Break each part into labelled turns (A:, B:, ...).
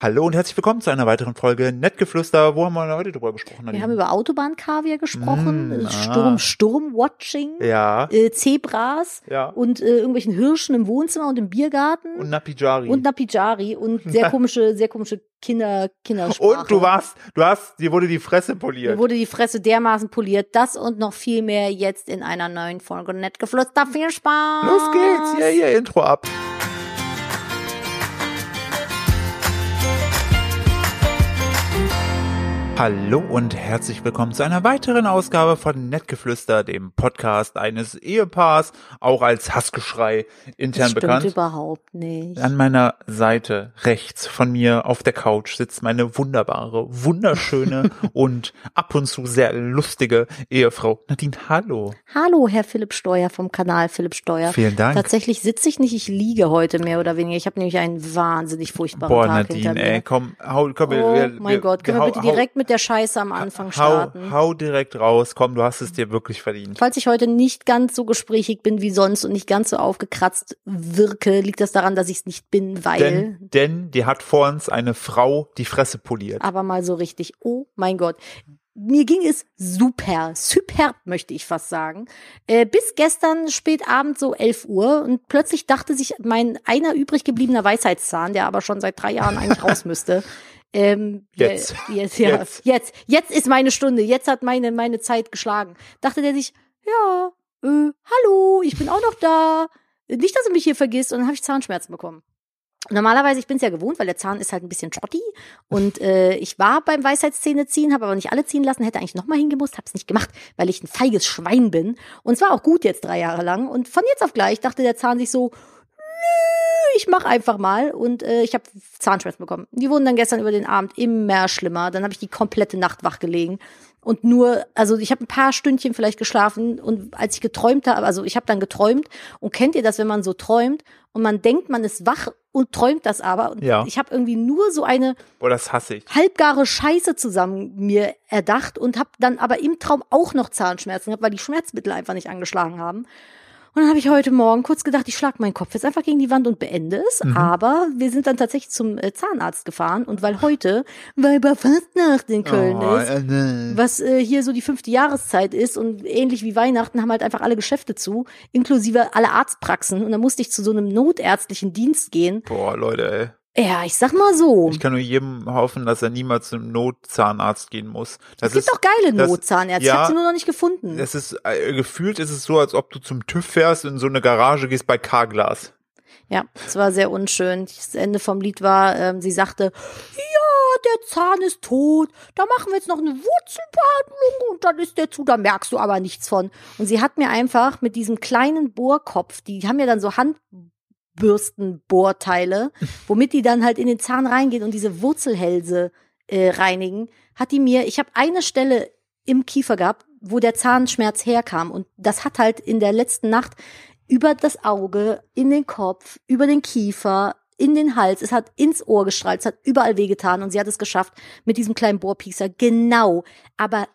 A: Hallo und herzlich willkommen zu einer weiteren Folge Nettgeflüster. Wo haben wir heute drüber gesprochen?
B: Wir haben über Autobahnkaviar gesprochen,
A: Mm,
B: äh,
A: ah.
B: Sturm, Sturmwatching,
A: ja,
B: äh, Zebras
A: ja.
B: und äh, irgendwelchen Hirschen im Wohnzimmer und im Biergarten
A: Und Napijari.
B: und Napijari und sehr komische, sehr komische Kinder, Kindersprache.
A: Und du warst, du hast, dir wurde die Fresse poliert.
B: Mir wurde die Fresse dermaßen poliert. Das und noch viel mehr jetzt in einer neuen Folge Nettgeflüster. Viel Spaß!
A: Los geht's, yeah, yeah, Intro ab. Hallo und herzlich willkommen zu einer weiteren Ausgabe von Nettgeflüster, dem Podcast eines Ehepaars, auch als Hassgeschrei
B: Das
A: intern
B: stimmt
A: bekannt.
B: überhaupt nicht.
A: An meiner Seite rechts von mir auf der Couch sitzt meine wunderbare, wunderschöne und ab und zu sehr lustige Ehefrau Nadine. Hallo.
B: Hallo, Herr Philipp Steuer vom Kanal Philipp Steuer.
A: Vielen Dank.
B: Tatsächlich sitze ich nicht, ich liege heute mehr oder weniger. Ich habe nämlich einen wahnsinnig furchtbaren
A: Boah,
B: Tag hinter
A: Nadine,
B: mir.
A: ey, komm, hau, komm, wir,
B: oh
A: wir,
B: mein
A: wir,
B: Gott, können wir
A: hau-
B: bitte direkt mit der Scheiße am Anfang
A: hau,
B: starten?
A: Hau, hau direkt raus, komm, du hast es dir wirklich verdient.
B: Falls ich heute nicht ganz so gesprächig bin wie sonst und nicht ganz so aufgekratzt wirke, liegt das daran, dass ich es nicht bin, weil.
A: Denn, denn die hat vor uns eine Frau die Fresse poliert.
B: aber mal so richtig. Oh mein Gott. Mir ging es super, super, möchte ich fast sagen. Äh, bis gestern spät abend so 11 Uhr und plötzlich dachte sich mein einer übrig gebliebener Weisheitszahn, der aber schon seit drei Jahren eigentlich raus müsste. Ähm,
A: Jetzt.
B: Äh, jetzt, ja,
A: Jetzt.
B: jetzt. jetzt. Jetzt ist meine Stunde. Jetzt hat meine, meine Zeit geschlagen. Dachte der sich, ja, äh, hallo, ich bin auch noch da. Nicht, dass du mich hier vergisst. Und dann habe ich Zahnschmerzen bekommen. Normalerweise, ich bin es ja gewohnt, weil der Zahn ist halt ein bisschen trotti. Und äh, ich war beim Weisheitszähne ziehen, habe aber nicht alle ziehen lassen, hätte eigentlich nochmal hingemusst, habe es nicht gemacht, weil ich ein feiges Schwein bin. Und es war auch gut jetzt drei Jahre lang. Und von jetzt auf gleich dachte der Zahn sich so, nö, ich mach einfach mal. Und äh, ich habe Zahnschmerzen bekommen. Die wurden dann gestern über den Abend immer schlimmer. Dann habe ich die komplette Nacht wach gelegen. Und nur, also ich habe ein paar Stündchen vielleicht geschlafen und als ich geträumt habe, also ich habe dann geträumt und kennt ihr das, wenn man so träumt und man denkt, man ist wach und träumt das aber und
A: Ja.
B: ich habe irgendwie nur so eine
A: Boah, Oh, das hasse ich.
B: halbgare Scheiße zusammen mir erdacht und habe dann aber im Traum auch noch Zahnschmerzen gehabt, weil die Schmerzmittel einfach nicht angeschlagen haben. Und dann habe ich heute Morgen kurz gedacht, ich schlag meinen Kopf jetzt einfach gegen die Wand und beende es.
A: Mhm.
B: Aber wir sind dann tatsächlich zum äh, Zahnarzt gefahren und weil heute Weiberfastnacht in Köln
A: Oh,
B: ist,
A: äh, nee.
B: was äh, hier so die fünfte Jahreszeit ist und ähnlich wie Weihnachten haben halt einfach alle Geschäfte zu, inklusive alle Arztpraxen. Und dann musste ich zu so einem notärztlichen Dienst gehen.
A: Boah, Leute, ey.
B: Ja, ich sag mal so.
A: Ich kann nur jedem hoffen, dass er niemals zum Notzahnarzt gehen muss. Das
B: Es gibt
A: ist,
B: auch geile
A: das-
B: Notzahnärzte.
A: ja,
B: ich habe sie nur noch nicht gefunden.
A: Es ist äh, gefühlt ist es so, als ob du zum TÜV fährst in so eine Garage gehst bei Carglass.
B: Ja, es war sehr unschön. Das Ende vom Lied war, ähm, sie sagte, ja, der Zahn ist tot. Da machen wir jetzt noch eine Wurzelbehandlung und dann ist der zu. Da merkst du aber nichts von. Und sie hat mir einfach mit diesem kleinen Bohrkopf, die haben ja dann so Handbürstenbohrteile, womit die dann halt in den Zahn reingehen und diese Wurzelhälse äh, reinigen, hat die mir, ich habe eine Stelle im Kiefer gehabt, wo der Zahnschmerz herkam. Und das hat halt in der letzten Nacht über das Auge, in den Kopf, über den Kiefer, in den Hals. Es hat ins Ohr gestrahlt, es hat überall wehgetan und sie hat es geschafft mit diesem kleinen Bohrpiekser genau, aber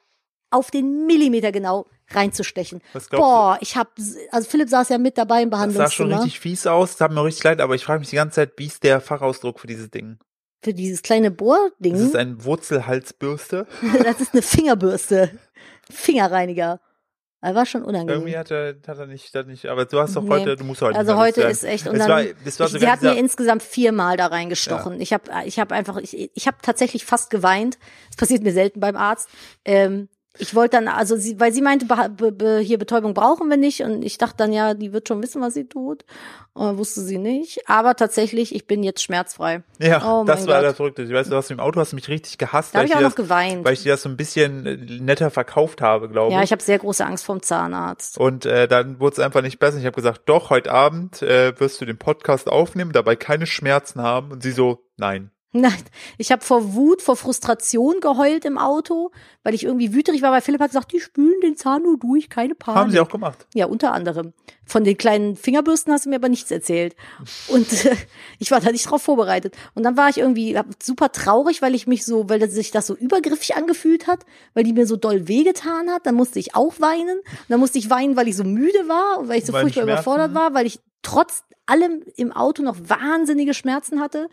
B: auf den Millimeter genau reinzustechen.
A: Was glaubst
B: Boah, ne? ich habe, also Philipp saß ja mit dabei im
A: du? Das sah
B: Behandlungszimmer
A: schon richtig fies aus, tat mir richtig leid, aber ich frage mich die ganze Zeit, wie ist der Fachausdruck für dieses Ding?
B: für dieses kleine Bohrding.
A: Ist es ein Wurzelhalsbürste?
B: das ist eine Fingerbürste, Fingerreiniger. Das war schon
A: Irgendwie
B: unangenehm.
A: hat er, hat er nicht, hat nicht, aber du hast doch
B: Nee.
A: heute, du musst heute.
B: Also
A: nicht
B: heute
A: mehr
B: ist echt
A: loswerden. es war,
B: unangenehm.
A: es war
B: Ich-
A: so
B: sie
A: ganz
B: hat mir
A: dieser-
B: insgesamt viermal da reingestochen. Ich habe ich hab einfach, ich, ich habe tatsächlich fast geweint. Das passiert mir selten beim Arzt. Ähm, ich wollte dann, also sie, weil sie meinte, beha- be, be, hier Betäubung brauchen wir nicht. Und ich dachte dann, ja, die wird schon wissen, was sie tut. Äh, wusste sie nicht. Aber tatsächlich, ich bin jetzt schmerzfrei.
A: ja,
B: Oh
A: das
B: mein
A: war
B: Gott.
A: das Verrückte. Ich weiß, du hast im Auto hast du mich richtig gehasst, weil
B: Da habe
A: ich,
B: ich auch
A: dir
B: noch
A: das,
B: geweint.
A: weil ich dir das so ein bisschen äh, netter verkauft habe, glaube
B: ja, ich habe sehr große Angst vorm Zahnarzt.
A: Und äh, dann wurde es einfach nicht besser. Ich habe gesagt, doch, heute Abend äh, wirst du den Podcast aufnehmen, dabei keine Schmerzen haben. Und sie so, nein.
B: Nein, ich habe vor Wut, vor Frustration geheult im Auto, weil ich irgendwie wütrig war, weil Philipp hat gesagt, die spülen den Zahn nur durch, keine Panik.
A: Haben sie auch gemacht.
B: Ja, unter anderem. Von den kleinen Fingerbürsten hast du mir aber nichts erzählt. Und äh, ich war da nicht drauf vorbereitet. Und dann war ich irgendwie hab- super traurig, weil ich mich so, weil das- sich das so übergriffig angefühlt hat, weil die mir so doll wehgetan hat. Dann musste ich auch weinen. Und dann musste ich weinen, weil ich so müde war und weil ich so
A: Weil die
B: furchtbar
A: Schmerzen-
B: überfordert war, weil ich trotz allem im Auto noch wahnsinnige Schmerzen hatte.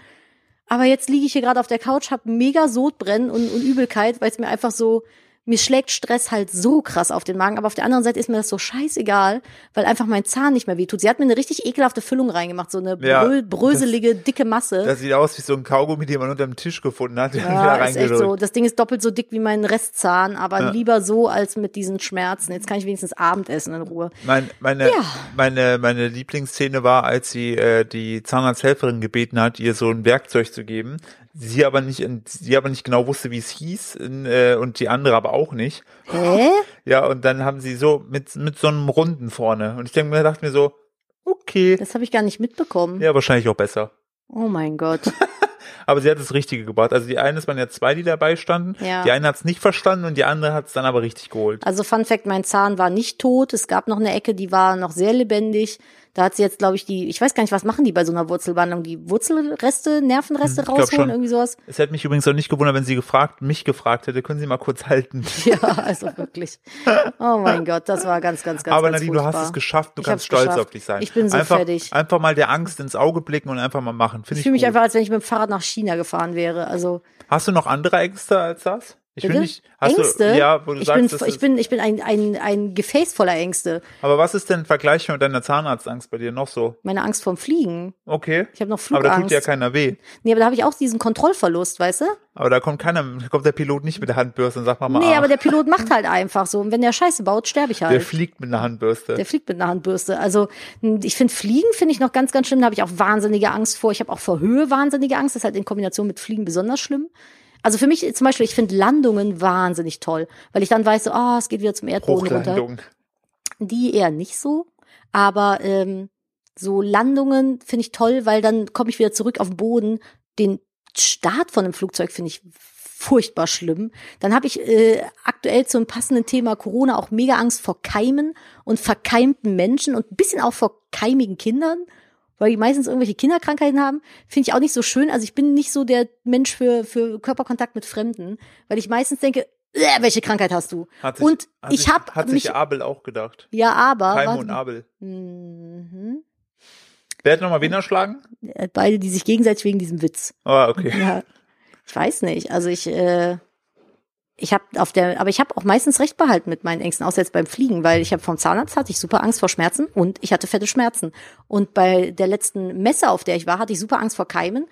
B: Aber jetzt liege ich hier gerade auf der Couch, habe mega Sodbrennen und, und Übelkeit, weil es mir einfach so, mir schlägt Stress halt so krass auf den Magen. Aber auf der anderen Seite ist mir das so scheißegal, weil einfach mein Zahn nicht mehr wehtut. Sie hat mir eine richtig ekelhafte Füllung reingemacht, so eine
A: Ja,
B: brö bröselige, dicke Masse.
A: Das sieht aus wie so ein Kaugummi, den man unter dem Tisch gefunden hat. den man
B: Ja,
A: wieder
B: ist echt
A: reingedrückt.
B: so. Das Ding ist doppelt so dick wie mein Restzahn, aber
A: Ja.
B: lieber so als mit diesen Schmerzen. Jetzt kann ich wenigstens Abendessen in Ruhe.
A: Mein, meine,
B: Ja.
A: meine, meine Lieblingsszene war, als sie äh, die Zahnarzthelferin gebeten hat, ihr so ein Werkzeug zu geben. Sie aber nicht, sie aber nicht genau wusste, wie es hieß, in, äh, und die andere aber auch nicht.
B: Hä?
A: Ja, und dann haben sie so mit mit so einem Runden vorne. Und ich denke mir, dachte mir so, okay,
B: Das habe ich gar nicht mitbekommen.
A: ja wahrscheinlich auch besser.
B: Oh mein Gott.
A: Aber sie hat das Richtige gebracht. Also die eine, es waren ja zwei, die dabei standen.
B: Ja.
A: Die eine hat es nicht verstanden und die andere hat es dann aber richtig geholt.
B: Also Fun Fact, mein Zahn war nicht tot. Es gab noch eine Ecke, die war noch sehr lebendig. Da hat sie jetzt, glaube ich, die, ich weiß gar nicht, was machen die bei so einer Wurzelbehandlung? Die Wurzelreste, Nervenreste
A: Hm, ich glaub
B: rausholen,
A: schon.
B: irgendwie sowas?
A: Es hätte mich übrigens auch nicht gewundert, wenn sie gefragt, mich gefragt hätte, können Sie mal kurz halten.
B: Ja, also wirklich. Oh mein Gott, das war ganz, ganz, ganz,
A: Aber
B: ganz
A: Nadine, du hast
B: furchtbar.
A: es geschafft, du
B: Ich
A: kannst
B: hab's
A: stolz
B: geschafft.
A: auf dich sein.
B: Ich bin so
A: einfach,
B: fertig.
A: Einfach mal der Angst ins Auge blicken und einfach mal machen. Finde
B: Ich
A: ich,
B: fühle mich
A: gut.
B: einfach, als wenn ich mit dem Fahrrad nach China gefahren wäre. Also
A: Hast du noch andere Ängste als das? Ich
B: Bitte?
A: will nicht. Hast
B: Ängste?
A: Du, ja, wo du
B: ich,
A: sagst,
B: bin,
A: das
B: ich
A: ist-
B: bin, ich bin ein, ein, ein Gefäß voller Ängste.
A: aber was ist denn vergleichbar mit deiner Zahnarztangst bei dir noch so?
B: Meine Angst vorm Fliegen.
A: Okay.
B: Ich habe noch
A: Aber da tut
B: Flugangst.
A: dir ja keiner weh.
B: nee, aber da habe ich auch diesen Kontrollverlust, weißt du?
A: Aber da kommt keiner, da kommt der Pilot nicht mit der Handbürste und sagt mal,
B: Nee,
A: ah,
B: aber der Pilot macht halt einfach so. Und wenn der Scheiße baut, sterbe ich halt.
A: der fliegt mit einer Handbürste.
B: Der fliegt mit einer Handbürste. Also n- ich finde Fliegen finde ich noch ganz, ganz schlimm. Da habe ich auch wahnsinnige Angst vor. Ich habe auch vor Höhe wahnsinnige Angst. Das ist halt in Kombination mit Fliegen besonders schlimm. Also für mich zum Beispiel, ich finde Landungen wahnsinnig toll, weil ich dann weiß, so, ah, es geht wieder zum Erdboden runter.
A: Hochlandung.
B: Die eher nicht so, aber ähm, so Landungen finde ich toll, weil dann komme ich wieder zurück auf den Boden. Den Start von einem Flugzeug finde ich furchtbar schlimm. Dann habe ich äh, aktuell zum passenden Thema Corona auch mega Angst vor Keimen und verkeimten Menschen und ein bisschen auch vor keimigen Kindern, weil die meistens irgendwelche Kinderkrankheiten haben. Finde ich auch nicht so schön. Also ich bin nicht so der Mensch für, für Körperkontakt mit Fremden, weil ich meistens denke, "Äh, welche Krankheit hast du?
A: Hat sich,
B: Und
A: hat
B: ich
A: sich-
B: habe
A: Hat
B: mich
A: sich Abel auch gedacht.
B: ja, aber.
A: Keim
B: warte-
A: und Abel.
B: Mhm.
A: Wer hat nochmal wen erschlagen?
B: Äh, Beide, die sich gegenseitig wegen diesem Witz.
A: Ah, okay.
B: Ja. Ich weiß nicht. Also ich, äh, ich habe auf der, aber ich habe auch meistens recht behalten mit meinen Ängsten, außer jetzt beim Fliegen, weil ich habe vom Zahnarzt hatte ich super Angst vor Schmerzen und ich hatte fette Schmerzen. Und bei der letzten Messe, auf der ich war, hatte ich super Angst vor Keimen.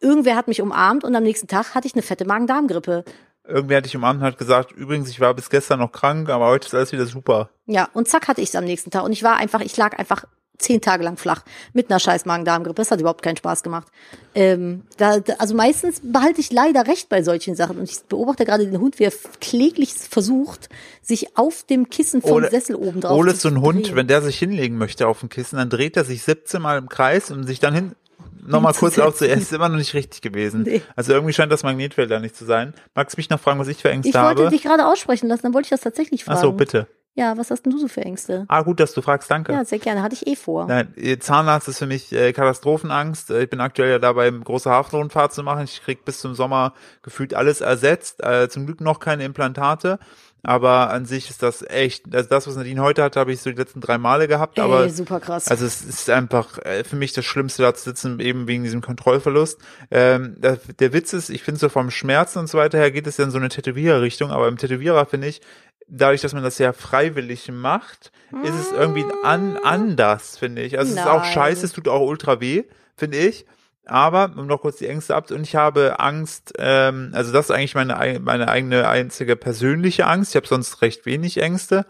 B: Irgendwer hat mich umarmt und am nächsten Tag hatte ich eine fette Magen-Darm-Grippe.
A: Irgendwer hat dich umarmt und hat gesagt, übrigens, ich war bis gestern noch krank, aber heute ist alles wieder super.
B: Ja, und zack hatte ich es am nächsten Tag. Und ich war einfach, ich lag einfach zehn Tage lang flach mit einer scheiß Magen-Darm-Grippe. Das hat überhaupt keinen Spaß gemacht. Ähm, da, da, also meistens behalte ich leider recht bei solchen Sachen. Und ich beobachte gerade den Hund, wie er f- kläglich versucht, sich auf dem Kissen vom
A: Ole-
B: Sessel oben drauf
A: Ole
B: zu
A: ist so ein Hund,
B: drehen.
A: wenn der sich hinlegen möchte auf dem Kissen, dann dreht er sich 17 Mal im Kreis, um sich dann hin, nochmal kurz
B: Hinzusetzen.
A: aufzuessen. Er ist immer noch nicht richtig gewesen.
B: Nee.
A: Also irgendwie scheint das Magnetfeld da nicht zu sein. Magst du mich noch fragen, was ich für Ängste
B: Ich wollte
A: habe?
B: dich gerade aussprechen lassen, dann wollte ich das tatsächlich fragen.
A: Ach so, bitte.
B: Ja, was hast denn du so für Ängste?
A: Ah, gut, dass du fragst, danke.
B: Ja, sehr gerne. Hatte ich eh vor.
A: Nein, äh, Zahnarzt ist für mich äh, Katastrophenangst. Äh, Ich bin aktuell ja dabei, eine große Haftlohnfahrt zu machen. Ich krieg bis zum Sommer gefühlt alles ersetzt. Äh, zum Glück noch keine Implantate. Aber an sich ist das echt, also das, was Nadine heute hatte, habe ich so die letzten drei Male gehabt. aber
B: Ey, super krass.
A: also es ist einfach äh, für mich das Schlimmste da zu sitzen, eben wegen diesem Kontrollverlust. Ähm, der, der Witz ist, ich finde so vom Schmerzen und so weiter her geht es ja in so eine Tätowiererrichtung, aber im Tätowierer finde ich, dadurch, dass man das ja freiwillig macht, ist es irgendwie an, anders, finde ich. Also es ist auch
B: Nein.
A: scheiße, es tut auch ultra weh, finde ich. Aber, um noch kurz die Ängste ab, und ich habe Angst, ähm, also das ist eigentlich meine, ei- meine eigene einzige persönliche Angst. Ich habe sonst recht wenig Ängste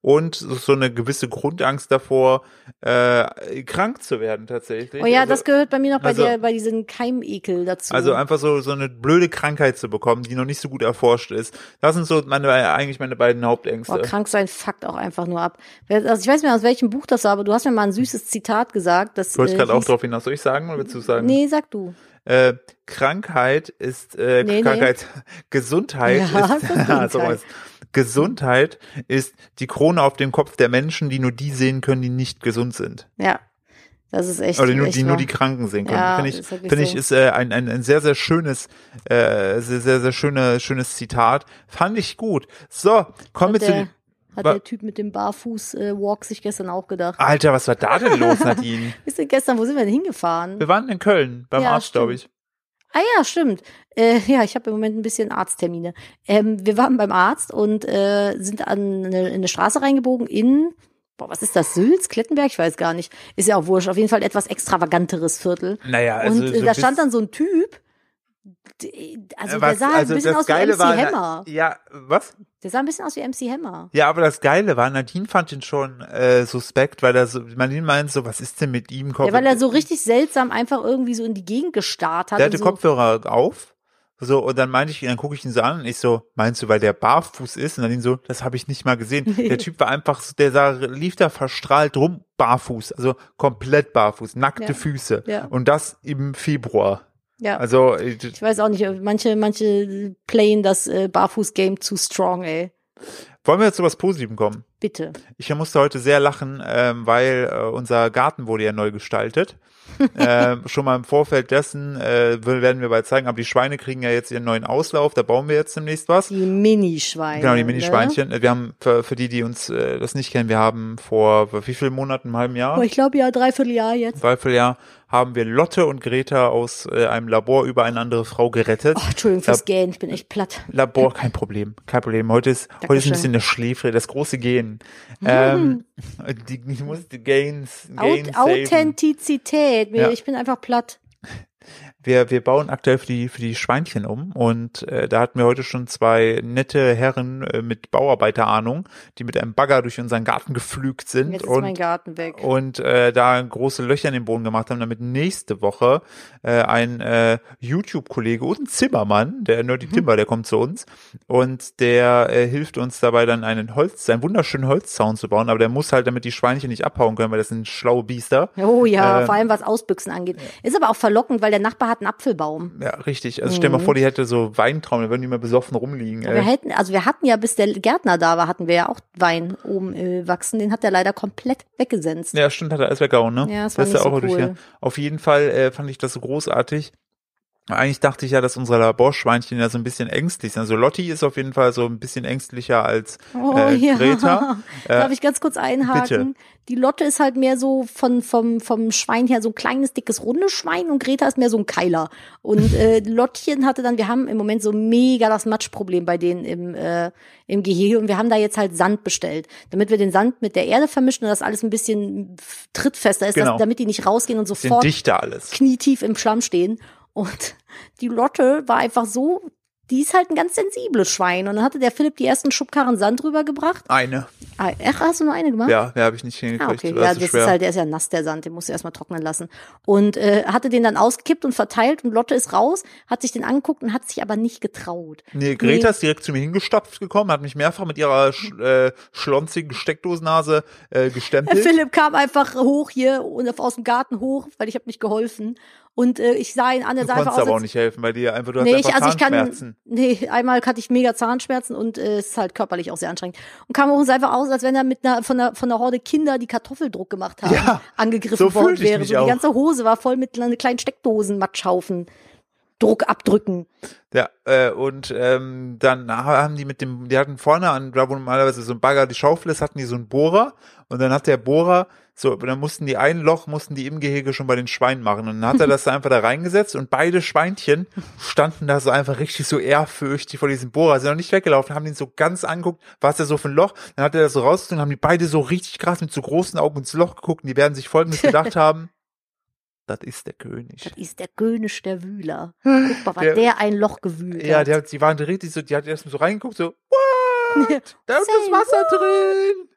A: und so so eine gewisse Grundangst davor, äh, krank zu werden tatsächlich.
B: oh ja,
A: also,
B: das gehört bei mir noch bei
A: also-
B: dir, bei diesem Keimekel dazu.
A: also einfach so so eine blöde Krankheit zu bekommen, die noch nicht so gut erforscht ist. Das sind so meine eigentlich meine beiden Hauptängste.
B: Boah, krank sein fuckt auch einfach nur ab. Wer- Also ich weiß nicht, aus welchem Buch das war, aber du hast mir mal ein süßes Zitat gesagt. Das,
A: du wolltest
B: äh,
A: gerade auch
B: hieß-
A: drauf hinaus. Soll ich sagen oder willst du sagen?
B: Nee, sag du.
A: Äh, Krankheit ist äh,
B: Nee, nee.
A: Krankheit. Gesundheit
B: Ja, das ist
A: ist,
B: das
A: Ja, so
B: Gegenteil.
A: was. Gesundheit ist die Krone auf dem Kopf der Menschen, die nur die sehen können, die nicht gesund sind.
B: Ja, das ist echt.
A: Oder nur,
B: echt
A: die nur
B: wahr.
A: die Kranken sehen können.
B: Ja,
A: finde ich,
B: ist wirklich
A: finde
B: so.
A: ich, ist äh, ein, ein, ein sehr, sehr schönes, äh, sehr, sehr, sehr schöne, schönes Zitat. Fand ich gut. So, kommen wir
B: Hat
A: zu
B: der,
A: den.
B: hat
A: Wa-
B: der Typ mit dem Barfuß-Walk sich gestern auch gedacht.
A: Alter, was war da denn los, Nadine?
B: Wir sind gestern, wo sind wir denn hingefahren?
A: Wir waren in Köln beim
B: Ja,
A: Arzt, glaube ich.
B: Ah ja, stimmt. Äh, ja, ich habe im Moment ein bisschen Arzttermine. Ähm, wir waren beim Arzt und äh, sind an eine, in eine Straße reingebogen in, boah, was ist das, Sülz, Klettenberg? Ich weiß gar nicht. Ist ja auch wurscht. Auf jeden Fall etwas extravaganteres Viertel.
A: Naja, also
B: und
A: so
B: äh, da
A: bis-
B: stand dann so ein Typ, d- also der
A: Äh, was-
B: sah ein bisschen aus wie MC Hammer.
A: Ja, was?
B: Der sah ein bisschen aus wie MC Hammer.
A: Ja, aber das Geile war, Nadine fand ihn schon äh, suspekt, weil er so, Nadine meint so, was ist denn mit ihm? Kopf,
B: Ja, weil er so richtig seltsam einfach irgendwie so in die Gegend gestarrt hat.
A: der
B: und
A: hatte
B: so,
A: Kopfhörer auf. So, und dann meinte ich, dann gucke ich ihn so an und ich so, meinst du, weil der barfuß ist? Und dann ihn so, das habe ich nicht mal gesehen. Der Typ war einfach, so- der sah, lief da verstrahlt rum, barfuß, also komplett barfuß, nackte
B: Ja.
A: Füße.
B: Ja.
A: Und das im Februar.
B: ja.
A: Also, äh,
B: Ich weiß auch nicht, manche, manche playen das äh, Barfuß-Game zu strong, ey.
A: wollen wir jetzt zu was Positivem kommen?
B: Bitte.
A: Ich musste heute sehr lachen, ähm, weil äh, unser Garten wurde ja neu gestaltet. ähm, schon mal im Vorfeld dessen äh, wir- werden wir bald zeigen, aber die Schweine kriegen ja jetzt ihren neuen Auslauf, da bauen wir jetzt demnächst was.
B: Die Minischweine.
A: Genau, die Minischweinchen. Äh, Wir haben, für, für die, die uns äh, das nicht kennen, wir haben vor wie vielen Monaten, einem halben
B: Ne?
A: Jahr,
B: Aber ich glaube ja, dreiviertel Jahr jetzt.
A: Zweifeljahr, haben wir Lotte und Greta aus äh, einem Labor über eine andere Frau gerettet.
B: Ach, Oh, Entschuldigung fürs Gähnen, ich bin echt platt.
A: Labor, kein Problem, kein Problem. Heute ist, heute ist ein
B: Dankeschön. Hm.
A: bisschen der Schläfre, das große Gehen. Ähm, die, ich muss die Gains, Gains
B: Aut Authentizität, mir-
A: Ja.
B: ich bin einfach platt.
A: Wir, wir bauen aktuell für die, für die Schweinchen um und äh, da hatten wir heute schon zwei nette Herren äh, mit Bauarbeiterahnung, die mit einem Bagger durch unseren Garten geflügt sind
B: Jetzt ist mein
A: und,
B: Garten weg.
A: und äh, da große Löcher in den Boden gemacht haben, damit nächste Woche äh, ein äh, YouTube-Kollege und ein Zimmermann, der Nerdy Timber, der kommt zu uns und der äh, hilft uns dabei dann einen Holz, einen wunderschönen Holzzaun zu bauen, aber der muss halt, damit die Schweinchen nicht abhauen können, weil das sind schlaue Biester.
B: Oh ja,
A: Ähm,
B: vor allem was Ausbüchsen angeht. Ist aber auch verlockend, weil der Nachbar hat einen Apfelbaum.
A: Ja, richtig. Also stell dir mal vor, die hätte so Weintrauben, da würden die mal besoffen rumliegen. äh,
B: Wir
A: Ey.
B: hätten, also wir hatten ja, bis der Gärtner da war, hatten wir ja auch Wein oben äh, wachsen. Den hat er leider komplett weggesenzt.
A: Ja, stimmt, hat er alles weggehauen, ne?
B: Ja, das war nicht so
A: mal
B: cool.
A: Auf jeden Fall äh, fand ich das so großartig. Eigentlich dachte ich ja, dass unsere Laborschweinchen ja so ein bisschen ängstlich sind. Also Lotti ist auf jeden Fall so ein bisschen ängstlicher als
B: Oh
A: äh,
B: ja.
A: Greta.
B: Darf
A: Äh,
B: ich ganz kurz einhaken? Die Lotte ist halt mehr so von, vom, vom Schwein her so ein kleines, dickes, rundes Schwein und Greta ist mehr so ein Keiler. Und äh, Lottchen hatte dann, wir haben im Moment so mega das Matschproblem bei denen im, äh, im Gehege und wir haben da jetzt halt Sand bestellt, damit wir den Sand mit der Erde vermischen und das alles ein bisschen f- trittfester ist,
A: Genau.
B: dass, damit die nicht rausgehen und
A: sind
B: sofort
A: dichter alles.
B: knietief im Schlamm stehen. Und die Lotte war einfach so, die ist halt ein ganz sensibles Schwein. Und dann hatte der Philipp die ersten Schubkarren Sand rübergebracht.
A: Eine.
B: Ah, Ach, hast du nur eine gemacht?
A: Ja, mehr habe ich nicht
B: Ah,
A: hingekriegt.
B: okay.
A: war
B: Ja,
A: zu
B: das
A: schwer.
B: ist halt, der ist ja nass, der Sand, den musst du erstmal trocknen lassen. Und äh, hatte den dann ausgekippt und verteilt und Lotte ist raus, hat sich den angeguckt und hat sich aber nicht getraut.
A: Nee, Greta ist direkt zu mir hingestapft gekommen, hat mich mehrfach mit ihrer sch äh, schlonzigen Steckdosennase äh,
B: Äh,
A: gestempelt.
B: Hm. Philipp kam einfach hoch hier und auf- aus dem Garten hoch, weil ich habe nicht geholfen. Und äh, ich sah ihn an, er
A: du
B: sah einfach
A: konntest
B: aus.
A: aber auch
B: als-
A: nicht helfen, weil dir einfach, du
B: Nee,
A: hast
B: ich,
A: einfach
B: also ich
A: Zahnschmerzen.
B: kann, nee, einmal hatte ich mega Zahnschmerzen und äh, es ist halt körperlich auch sehr anstrengend. Und kam auch einfach aus, als wenn er mit einer, von einer, von einer Horde Kinder, die Kartoffeldruck gemacht haben,
A: Ja,
B: angegriffen
A: so
B: worden
A: fühlte ich
B: wäre.
A: mich
B: So die
A: auch.
B: ganze Hose war voll mit einer kleinen Steckdosen, Matschhaufen, Druck abdrücken.
A: Ja, äh, und ähm, dann haben die mit dem, die hatten vorne an, da wo normalerweise so ein Bagger die Schaufel ist, hatten die so einen Bohrer und dann hat der Bohrer, so, und dann mussten die ein Loch, mussten die im Gehege schon bei den Schweinen machen. Und dann hat er das da einfach da reingesetzt und beide Schweinchen standen da so einfach richtig so ehrfürchtig vor diesem Bohrer, sind noch nicht weggelaufen, haben den so ganz angeguckt, was er so für ein Loch, dann hat er das so rausgezogen, haben die beide so richtig krass mit so großen Augen ins Loch geguckt und die werden sich folgendes gedacht haben. Das ist der König.
B: Das ist der König der Wühler. Guck mal, was
A: Der-
B: der, ein Loch gewühlt
A: Ja,
B: hat.
A: die, hat- die waren richtig so, die hat erst mal so reingeguckt, so, what? Da ist das
B: Say
A: Wasser drin.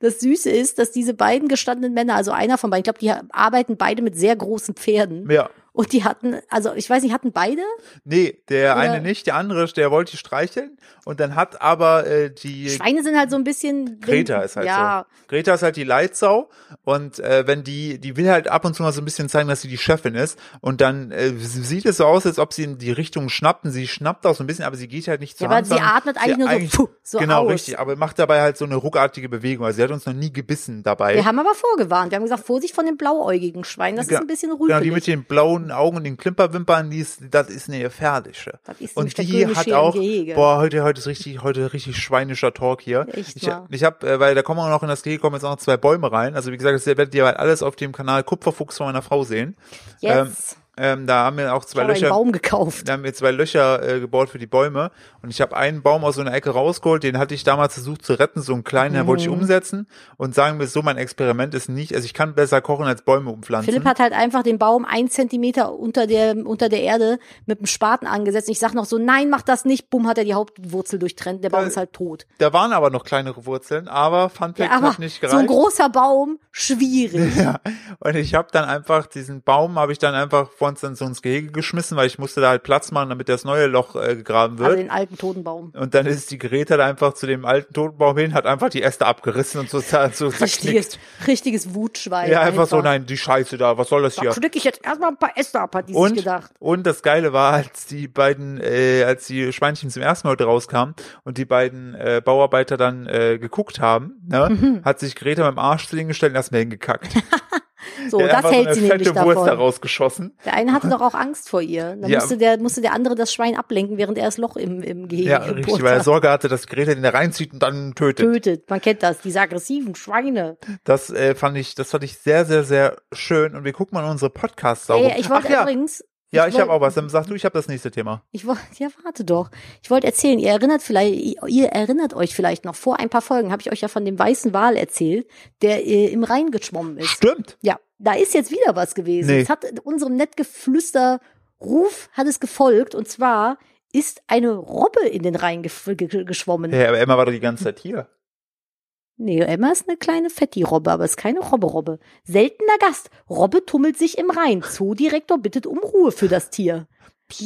B: Das Süße ist, dass diese beiden gestandenen Männer, also einer von beiden, ich glaube, die arbeiten beide mit sehr großen Pferden.
A: Ja.
B: Und die hatten, also ich weiß nicht, hatten beide?
A: Nee, der
B: Oder-
A: eine nicht, der andere, der wollte die streicheln und dann hat aber äh, die
B: Schweine sind halt so ein bisschen.
A: Greta ist halt
B: ja,
A: so. Greta ist halt die Leitsau und äh, wenn die, die will halt ab und zu mal so ein bisschen zeigen, dass sie die Chefin ist und dann äh, sie- sieht es so aus, als ob sie in die Richtung schnappt und sie schnappt auch so ein bisschen, aber sie geht halt nicht zu
B: Ja, aber sie atmet eigentlich nur so, puh, so
A: Genau,
B: aus.
A: richtig, aber macht dabei halt so eine ruckartige Bewegung, also sie hat uns noch nie gebissen dabei.
B: Wir haben aber vorgewarnt. Wir haben gesagt, Vorsicht von dem blauäugigen Schwein. Das
A: Ja,
B: ist ein bisschen
A: Genau, die
B: rüpelig.
A: mit den blauen Augen und den Klimperwimpern, die ist, das ist eine gefährliche.
B: Das ist nämlich
A: und
B: der
A: die
B: König
A: hat
B: hier im
A: auch,
B: Gehege.
A: boah, heute, heute ist richtig, heute richtig schweinischer Talk hier.
B: Echt
A: ich,
B: wahr.
A: ich hab, äh, weil da kommen auch noch in das Gehege, kommen jetzt auch noch zwei Bäume rein. Also wie gesagt, das werdet ihr halt alles auf dem Kanal Kupferfuchs von meiner Frau sehen.
B: Jetzt
A: Ähm, da haben wir auch
B: Ich
A: zwei
B: habe einen
A: Löcher.
B: Baum gekauft.
A: Da haben wir zwei Löcher äh, gebohrt für die Bäume und ich habe einen Baum aus so einer Ecke rausgeholt, den hatte ich damals versucht zu retten, so einen kleinen, den
B: Mm.
A: wollte ich umsetzen und sagen wir so, mein Experiment ist nicht, also ich kann besser kochen als Bäume umpflanzen.
B: Philipp hat halt einfach den Baum einen Zentimeter unter der, unter der Erde mit dem Spaten angesetzt. Und ich sag noch so, nein, mach das nicht. Bumm, hat er die Hauptwurzel durchtrennt. Der Baum
A: Weil-
B: ist halt tot.
A: da waren aber noch kleinere Wurzeln, aber Fun Fact
B: Ja, aber
A: hat nicht
B: so ein
A: gereicht. Äh?
B: großer Baum, schwierig.
A: ja. Und ich habe dann einfach diesen Baum habe ich dann einfach vor uns dann so ins Gehege geschmissen, weil ich musste da halt Platz machen, damit das neue Loch äh, gegraben wird.
B: Also den alten toten Baum.
A: Und dann ist die Greta da einfach zu dem alten Totenbaum hin, hat einfach die Äste abgerissen und so, zer- so zerknickt.
B: Richtiges, richtiges Wutschwein.
A: Ja, einfach so, nein, die Scheiße da, was soll das
B: Da
A: hier?
B: knicke ich jetzt erstmal ein paar Äste ab, hat die sich
A: Und,
B: gedacht.
A: und das Geile war, als die beiden, äh, als die Schweinchen zum ersten Mal rauskamen und die beiden äh, Bauarbeiter dann äh, geguckt haben, ne,
B: Mhm.
A: hat sich Greta mit dem Arsch zu denen gestellt und erstmal hingekackt.
B: So,
A: Der hat einfach
B: das hält
A: so
B: sie
A: eine
B: nämlich
A: fette Wurst da
B: davon.
A: rausgeschossen.
B: Der eine hatte doch auch Angst vor ihr. Da
A: Ja.
B: musste, der, musste der andere das Schwein ablenken, während er das Loch im, im Gehege
A: Ja,
B: gebohrt
A: richtig, weil er
B: hat.
A: Sorge hatte, dass Greta den da reinzieht und dann tötet.
B: tötet. Man kennt das, diese aggressiven Schweine.
A: Das äh, fand ich, das fand ich sehr, sehr, sehr schön. Und wir gucken mal in unsere Podcasts sauber.
B: Ey, ich wollte
A: Ach ja,
B: übrigens.
A: ja, ich
B: wollt-
A: habe auch was. Dann sag du, ich habe das nächste Thema.
B: Ich wollte, ja, warte doch. Ich wollte erzählen, ihr erinnert vielleicht, ihr erinnert euch vielleicht noch, vor ein paar Folgen habe ich euch ja von dem weißen Wal erzählt, der äh, im Rhein geschwommen ist.
A: Stimmt.
B: Ja, da ist jetzt wieder was gewesen.
A: Nee.
B: Es hat unserem nett geflüster Ruf hat es gefolgt und zwar ist eine Robbe in den Rhein gef- ge- ge- geschwommen.
A: Ja, aber Emma war doch die ganze Zeit hier.
B: Nee, Emma ist eine kleine Fetti-Robbe, aber ist keine Robbe-Robbe. Seltener Gast. Robbe tummelt sich im Rhein. Zoodirektor bittet um Ruhe für das Tier.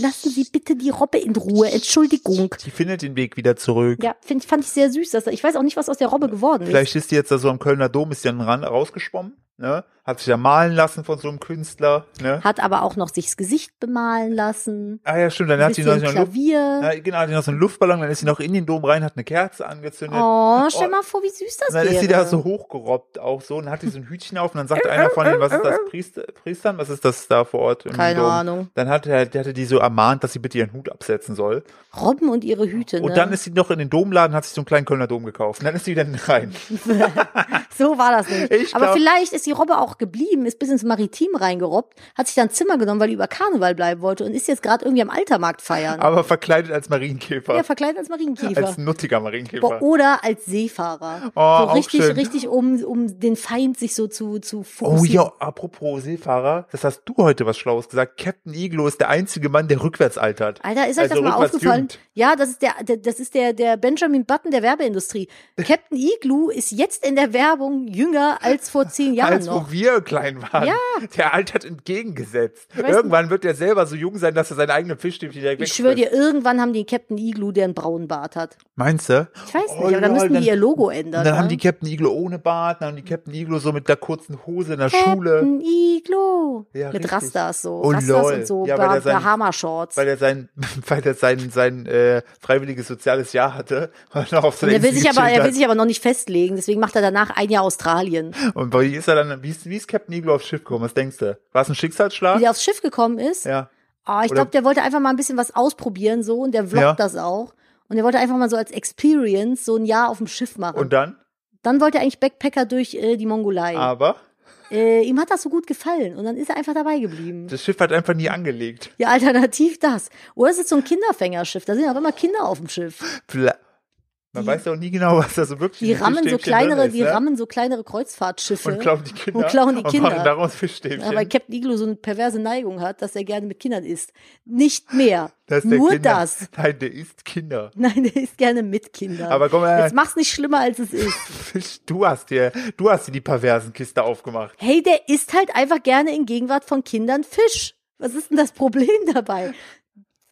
B: Lassen Sie bitte die Robbe in Ruhe. Entschuldigung.
A: Die findet den Weg wieder zurück.
B: Ja, find, fand ich sehr süß. Dass, ich weiß auch nicht, was aus der Robbe geworden ist.
A: Vielleicht ist die jetzt da so am Kölner Dom, ist die dann ran, rausgeschwommen, ne? Hat sich da malen lassen von so einem Künstler, ne?
B: Hat aber auch noch sich das Gesicht bemalen lassen.
A: Ah ja, stimmt, dann
B: Ein
A: hat sie noch
B: bisschen
A: so einen, Luft,
B: Klavier.
A: na, genau, hat die noch so einen Luftballon, dann ist sie noch in den Dom rein, hat eine Kerze angezündet.
B: Oh, stell mal vor, wie süß das
A: Und dann
B: wäre.
A: ist sie da so hochgerobbt auch so und hat diesen Hütchen auf und dann sagte einer von denen, was ist das, Priester, Priestern, was ist das da vor Ort? im
B: Keine
A: Dom?
B: Ahnung.
A: Dann hat er, der hatte die so ermahnt, dass sie bitte ihren Hut absetzen soll.
B: Robben und ihre Hüte.
A: Und
B: ne?
A: dann ist sie noch in den Domladen, hat sich so einen kleinen Kölner Dom gekauft. Und dann ist sie wieder rein.
B: So war das nicht.
A: Ich
B: Aber
A: glaub-
B: vielleicht ist die Robbe auch geblieben, ist bis ins Maritim reingerobbt, hat sich dann ein Zimmer genommen, weil die über Karneval bleiben wollte und ist jetzt gerade irgendwie am Altermarkt feiern.
A: Aber verkleidet als Marienkäfer.
B: ja, verkleidet als Marienkäfer.
A: als nuttiger
B: Boah, oh,
A: Marienkäfer.
B: oder als Seefahrer.
A: Oh,
B: so
A: auch
B: richtig,
A: schön.
B: richtig, um, um den Feind sich so zu, zu
A: Oh
B: fokussieren.
A: ja, apropos Seefahrer, das hast du heute was Schlaues gesagt. Captain Iglo ist der einzige Mann, der rückwärts altert.
B: Alter, ist euch
A: Also
B: das mal
A: rückwärts
B: aufgefallen?
A: jüngt.
B: Ja, das ist der, der, das ist der, der Benjamin Button der Werbeindustrie. Captain Igloo ist jetzt in der Werbung jünger als vor zehn Jahren
A: als
B: noch.
A: wo wir klein waren.
B: Ja.
A: Der altert entgegengesetzt.
B: weiß nicht.
A: Irgendwann wird er selber so jung sein, dass er seine eigene Fischstäbchen direkt
B: Ich schwöre
A: wegfrisst.
B: dir, irgendwann haben die Captain Igloo, der einen braunen Bart hat.
A: Meinst du?
B: Ich weiß nicht,
A: Oh,
B: aber dann
A: lol,
B: müssten
A: dann-
B: die ihr Logo
A: Und
B: ändern.
A: dann haben die
B: ne?
A: Captain Iglo ohne Bart, dann haben die Captain Iglo so mit der kurzen Hose in der Schule,
B: Captain Iglo.
A: Ja,
B: Mit
A: richtig.
B: Rastas so.
A: Oh,
B: Rastas
A: lol.
B: und so
A: Ja, weil
B: Bah-
A: der sein-
B: Bahama-Shorts.
A: weil er sein, weil er sein, sein äh, freiwilliges soziales Jahr hatte. Und noch auf so
B: Und
A: einer
B: er will,
A: Insel
B: sich aber,
A: gechillt
B: er will
A: hat.
B: sich aber noch nicht festlegen, deswegen macht er danach ein Jahr Australien.
A: Und wie ist er dann, wie ist, wie ist Captain Iglo aufs Schiff gekommen? Was denkst du? War es ein
B: Wie
A: Schicksalsschlag?
B: der aufs Schiff gekommen ist,
A: Ja.
B: Ah, ich
A: Oder-
B: glaube, der wollte einfach mal ein bisschen was ausprobieren so und der vloggt
A: Ja.
B: das auch. Und er wollte einfach mal so als Experience so ein Jahr auf dem Schiff machen.
A: Und dann?
B: dann wollte er eigentlich Backpacker durch äh, die Mongolei.
A: Aber
B: Äh, ihm hat das so gut gefallen und dann ist er einfach dabei geblieben.
A: das Schiff hat einfach nie angelegt.
B: Ja, alternativ das. Oder es ist so ein Kinderfängerschiff, da sind ja auch immer Kinder auf dem Schiff.
A: Pla- Man
B: Die-
A: weiß ja auch nie genau, was da so wirklich
B: Die
A: in den
B: rammen so
A: Fischstäbchen
B: kleinere,
A: drin ist,
B: die
A: ne?
B: rammen so kleinere Kreuzfahrtschiffe.
A: und klauen die Kinder
B: Und klauen die Kinder.
A: machen daraus
B: Ja,
A: Fischstäbchen.
B: weil Captain Iglo so eine perverse Neigung hat, dass er gerne mit Kindern isst. Nicht mehr.
A: Das ist der
B: Nur
A: Kinder.
B: das.
A: Nein, der isst Kinder.
B: Nein, der isst gerne mit Kindern.
A: Aber komm mal,
B: Jetzt mach's nicht schlimmer, als es ist.
A: Fisch, du hast dir, du hast dir die perversen Kiste aufgemacht.
B: Hey, der isst halt einfach gerne in Gegenwart von Kindern Fisch. Was ist denn das Problem dabei?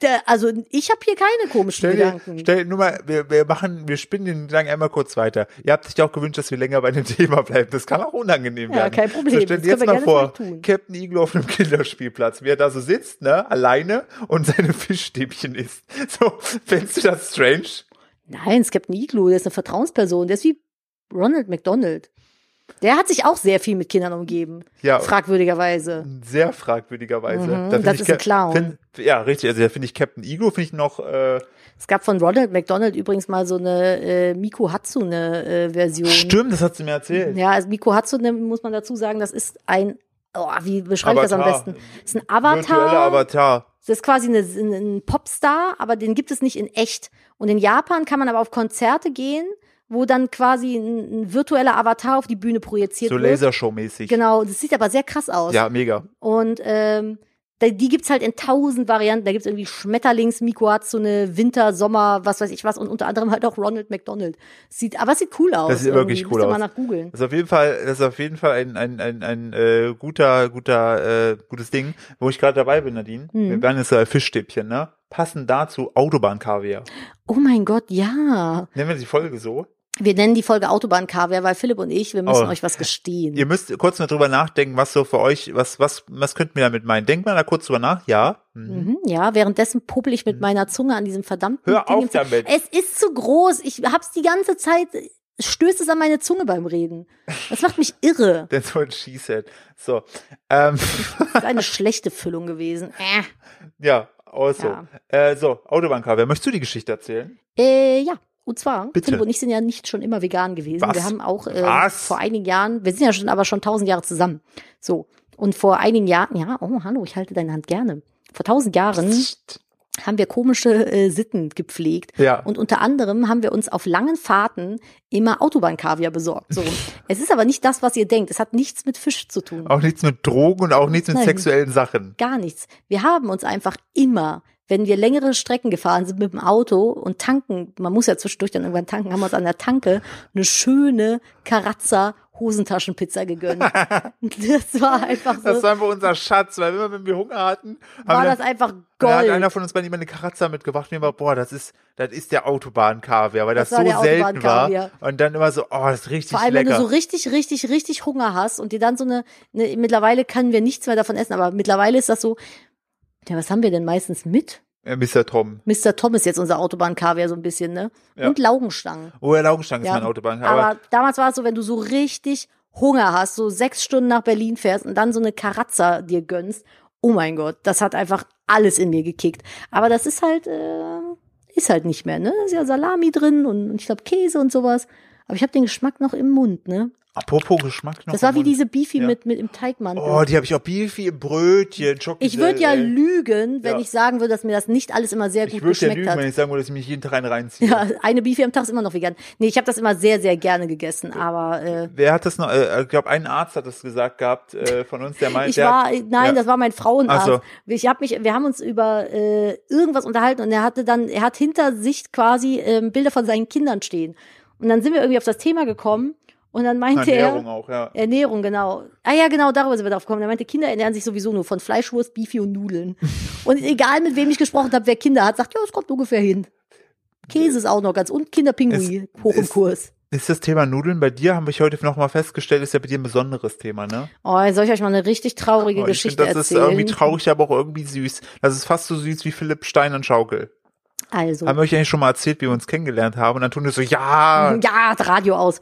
B: Der, also ich habe hier keine komischen
A: Stell dir,
B: Gedanken.
A: stell nur mal, wir, wir machen, wir spinnen den Gedanken einmal kurz weiter. Ihr habt sich ja auch gewünscht, dass wir länger bei dem Thema bleiben. Das kann auch unangenehm
B: Ja,
A: werden.
B: kein Problem.
A: So stell
B: Das
A: dir jetzt
B: können
A: mal
B: wir gerne
A: vor,
B: mal tun.
A: Captain Iglo auf einem Kinderspielplatz, wie er da so sitzt, ne, alleine und seine Fischstäbchen isst. So, fändest du das strange?
B: Nein, es gibt einen Iglu, der ist eine Vertrauensperson, der ist wie Ronald McDonald. Der hat sich auch sehr viel mit Kindern umgeben.
A: Ja.
B: Fragwürdigerweise.
A: Sehr fragwürdigerweise. Da
B: Mhm,
A: find
B: das
A: ich
B: ist
A: Cap-
B: ein Clown.
A: Find, ja, richtig. Also da finde ich Captain Iglo finde ich noch, äh,
B: Es gab von Ronald McDonald übrigens mal so eine äh, Miku Hatsune äh, Version.
A: stimmt, das hat sie mir erzählt.
B: ne, Ja, also Miko Hatsune muss man dazu sagen, das ist ein oh, wie beschreibe ich das am besten? Das ist ein Avatar.
A: Virtueller Avatar.
B: Das ist quasi eine, ein ein Popstar, aber den gibt es nicht in echt. Und in Japan kann man aber auf Konzerte gehen, wo dann quasi ein, ein virtueller Avatar auf die Bühne projiziert
A: So
B: wird.
A: Lasershow-mäßig.
B: Genau, das sieht aber sehr krass aus.
A: Ja, mega.
B: Und ähm, da, die gibt's halt in tausend Varianten. Da gibt's irgendwie Schmetterlings, Mikuazune, Winter, Sommer, was weiß ich was. Und unter anderem halt auch Ronald McDonald. Sieht, aber es sieht cool aus.
A: Das sieht wirklich
B: irgendwie.
A: cool
B: Müsste
A: aus.
B: mal nach googeln.
A: Das ist auf jeden Fall, das ist auf jeden Fall ein, ein, ein, ein äh, guter, guter, äh, gutes Ding, wo ich gerade dabei bin, Nadine.
B: Mhm.
A: Wir werden jetzt äh, Fischstäbchen, ne? Passend dazu Autobahnkaviar.
B: Oh mein Gott, ja.
A: Nennen wir die Folge so.
B: Wir nennen die Folge Autobahnkaviar, weil Philipp und ich, wir müssen
A: Oh.
B: euch was gestehen.
A: Ihr müsst kurz mal drüber nachdenken, was so für euch, was, was, was könnt ihr damit meinen? Denkt mal da kurz drüber nach, ja. Mhm.
B: Mhm, ja, währenddessen puppel ich mit meiner Zunge an diesem verdammten
A: Hör
B: Ding
A: auf
B: im Zahn.
A: damit.
B: Es ist zu groß. Ich hab's die ganze Zeit, stößt es an meine Zunge beim Reden. Das macht mich irre.
A: That's what she said. So. Ähm,
B: Das ist eine schlechte Füllung gewesen. Äh.
A: ja, also.
B: Ja.
A: Äh, so, Autobahnkaviar. Möchtest du die Geschichte erzählen?
B: Äh, ja. Und zwar,
A: Bitte.
B: Philipp und ich sind ja nicht schon immer vegan gewesen.
A: Was?
B: Wir haben auch äh,
A: Was?
B: vor einigen Jahren, wir sind ja schon aber schon tausend Jahre zusammen. So. Und vor einigen Jahren, ja, oh, hallo, ich halte deine Hand gerne. Vor tausend Jahren haben wir komische äh, Sitten gepflegt.
A: Ja.
B: Und unter anderem haben wir uns auf langen Fahrten immer Autobahnkaviar besorgt. So. es ist aber nicht das, was ihr denkt. Es hat nichts mit Fisch zu tun.
A: Auch nichts mit Drogen und auch nichts mit
B: Nein.
A: sexuellen Sachen.
B: Gar nichts. Wir haben uns einfach immer, wenn wir längere Strecken gefahren sind mit dem Auto und tanken, man muss ja zwischendurch dann irgendwann tanken, haben wir uns an der Tanke eine schöne Karazza Hosentaschenpizza gegönnt. Das war einfach so,
A: Das war einfach unser Schatz, weil immer wenn wir Hunger hatten, haben
B: Also war
A: wir,
B: das einfach
A: dann hat
B: Gold.
A: einer von uns bei ihm eine Karatza mitgebracht und immer, boah, das ist, das ist der Autobahnkaviar, weil das,
B: Das war der
A: so selten war.
B: Autobahnkaviar.
A: Und dann immer so, oh, das ist richtig
B: Vor allem,
A: lecker.
B: wenn du so richtig, richtig, richtig Hunger hast und dir dann so eine, eine, mittlerweile können wir nichts mehr davon essen, aber mittlerweile ist das so, ja, was haben wir denn meistens mit?
A: äh, Mr. Tom.
B: Mr. Tom ist jetzt unser Autobahnkaviar so ein bisschen, ne?
A: Ja.
B: Und Laugenstangen.
A: Oh, Herr Laugenstank
B: Ja,
A: ist mein Autobahnkaviar.
B: Aber, damals war es so, wenn du so richtig Hunger hast, so sechs Stunden nach Berlin fährst und dann so eine Karatza dir gönnst, oh mein Gott, das hat einfach alles in mir gekickt. Aber das ist halt, äh, ist halt nicht mehr, ne? Da ist ja Salami drin und, und ich glaube Käse und sowas. Aber ich habe den Geschmack noch im Mund, ne?
A: Apropos Geschmack noch.
B: Das war
A: im
B: wie
A: Mund.
B: diese Beefy
A: Ja.
B: mit, mit im Teigmantel.
A: Oh, die habe ich auch Beefy im Brötchen, Schokolade.
B: ich würde ja lügen, wenn
A: Ja.
B: ich sagen würde, dass mir das nicht alles immer sehr
A: Ich
B: gut
A: würde ja
B: geschmeckt
A: lügen,
B: hat.
A: wenn ich sagen würde, dass ich mich jeden Tag einen reinziehe.
B: Ja, eine Beefy am Tag ist immer noch vegan. Nee, ich habe das immer sehr, sehr gerne gegessen, aber äh,
A: Wer hat das noch? Äh, ich glaube, ein Arzt hat das gesagt gehabt äh, von uns, der meint,
B: Ich
A: der hat-
B: war, nein,
A: ja.
B: das war mein Frauenarzt.
A: Ach so.
B: Ich hab mich, wir haben uns über äh, irgendwas unterhalten und er hatte dann, er hat hinter sich quasi ähm, Bilder von seinen Kindern stehen. Und dann sind wir irgendwie auf das Thema gekommen und dann meinte
A: Ernährung
B: er.
A: auch, ja.
B: Ernährung, genau. Ah ja, genau, darüber sind wir drauf gekommen. Er meinte, Kinder ernähren sich sowieso nur von Fleischwurst, Beefy und Nudeln. und egal, mit wem ich gesprochen habe, wer Kinder hat, sagt, ja, es kommt ungefähr hin. Käse ist auch noch ganz und Kinderpinguin hoch im
A: es-
B: Kurs.
A: Ist das Thema Nudeln bei dir, haben wir heute nochmal festgestellt, ist ja bei dir ein besonderes Thema, ne?
B: Oh, jetzt soll ich euch mal eine richtig traurige
A: Oh, ich
B: Geschichte
A: finde, das ist
B: erzählen?
A: irgendwie traurig, aber auch irgendwie süß. Das ist fast so süß wie Philipp Stein und Schaukel.
B: Also.
A: Haben wir euch eigentlich schon mal erzählt, wie wir uns kennengelernt haben? Und dann tun wir so, ja,
B: Ja, das Radio aus.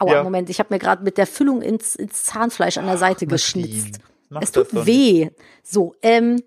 B: Aua,
A: Ja.
B: Moment, ich habe mir gerade mit der Füllung ins, ins Zahnfleisch an der Seite geschnitzt.
A: Mach
B: Es
A: das
B: tut
A: doch nicht.
B: weh. So, ähm,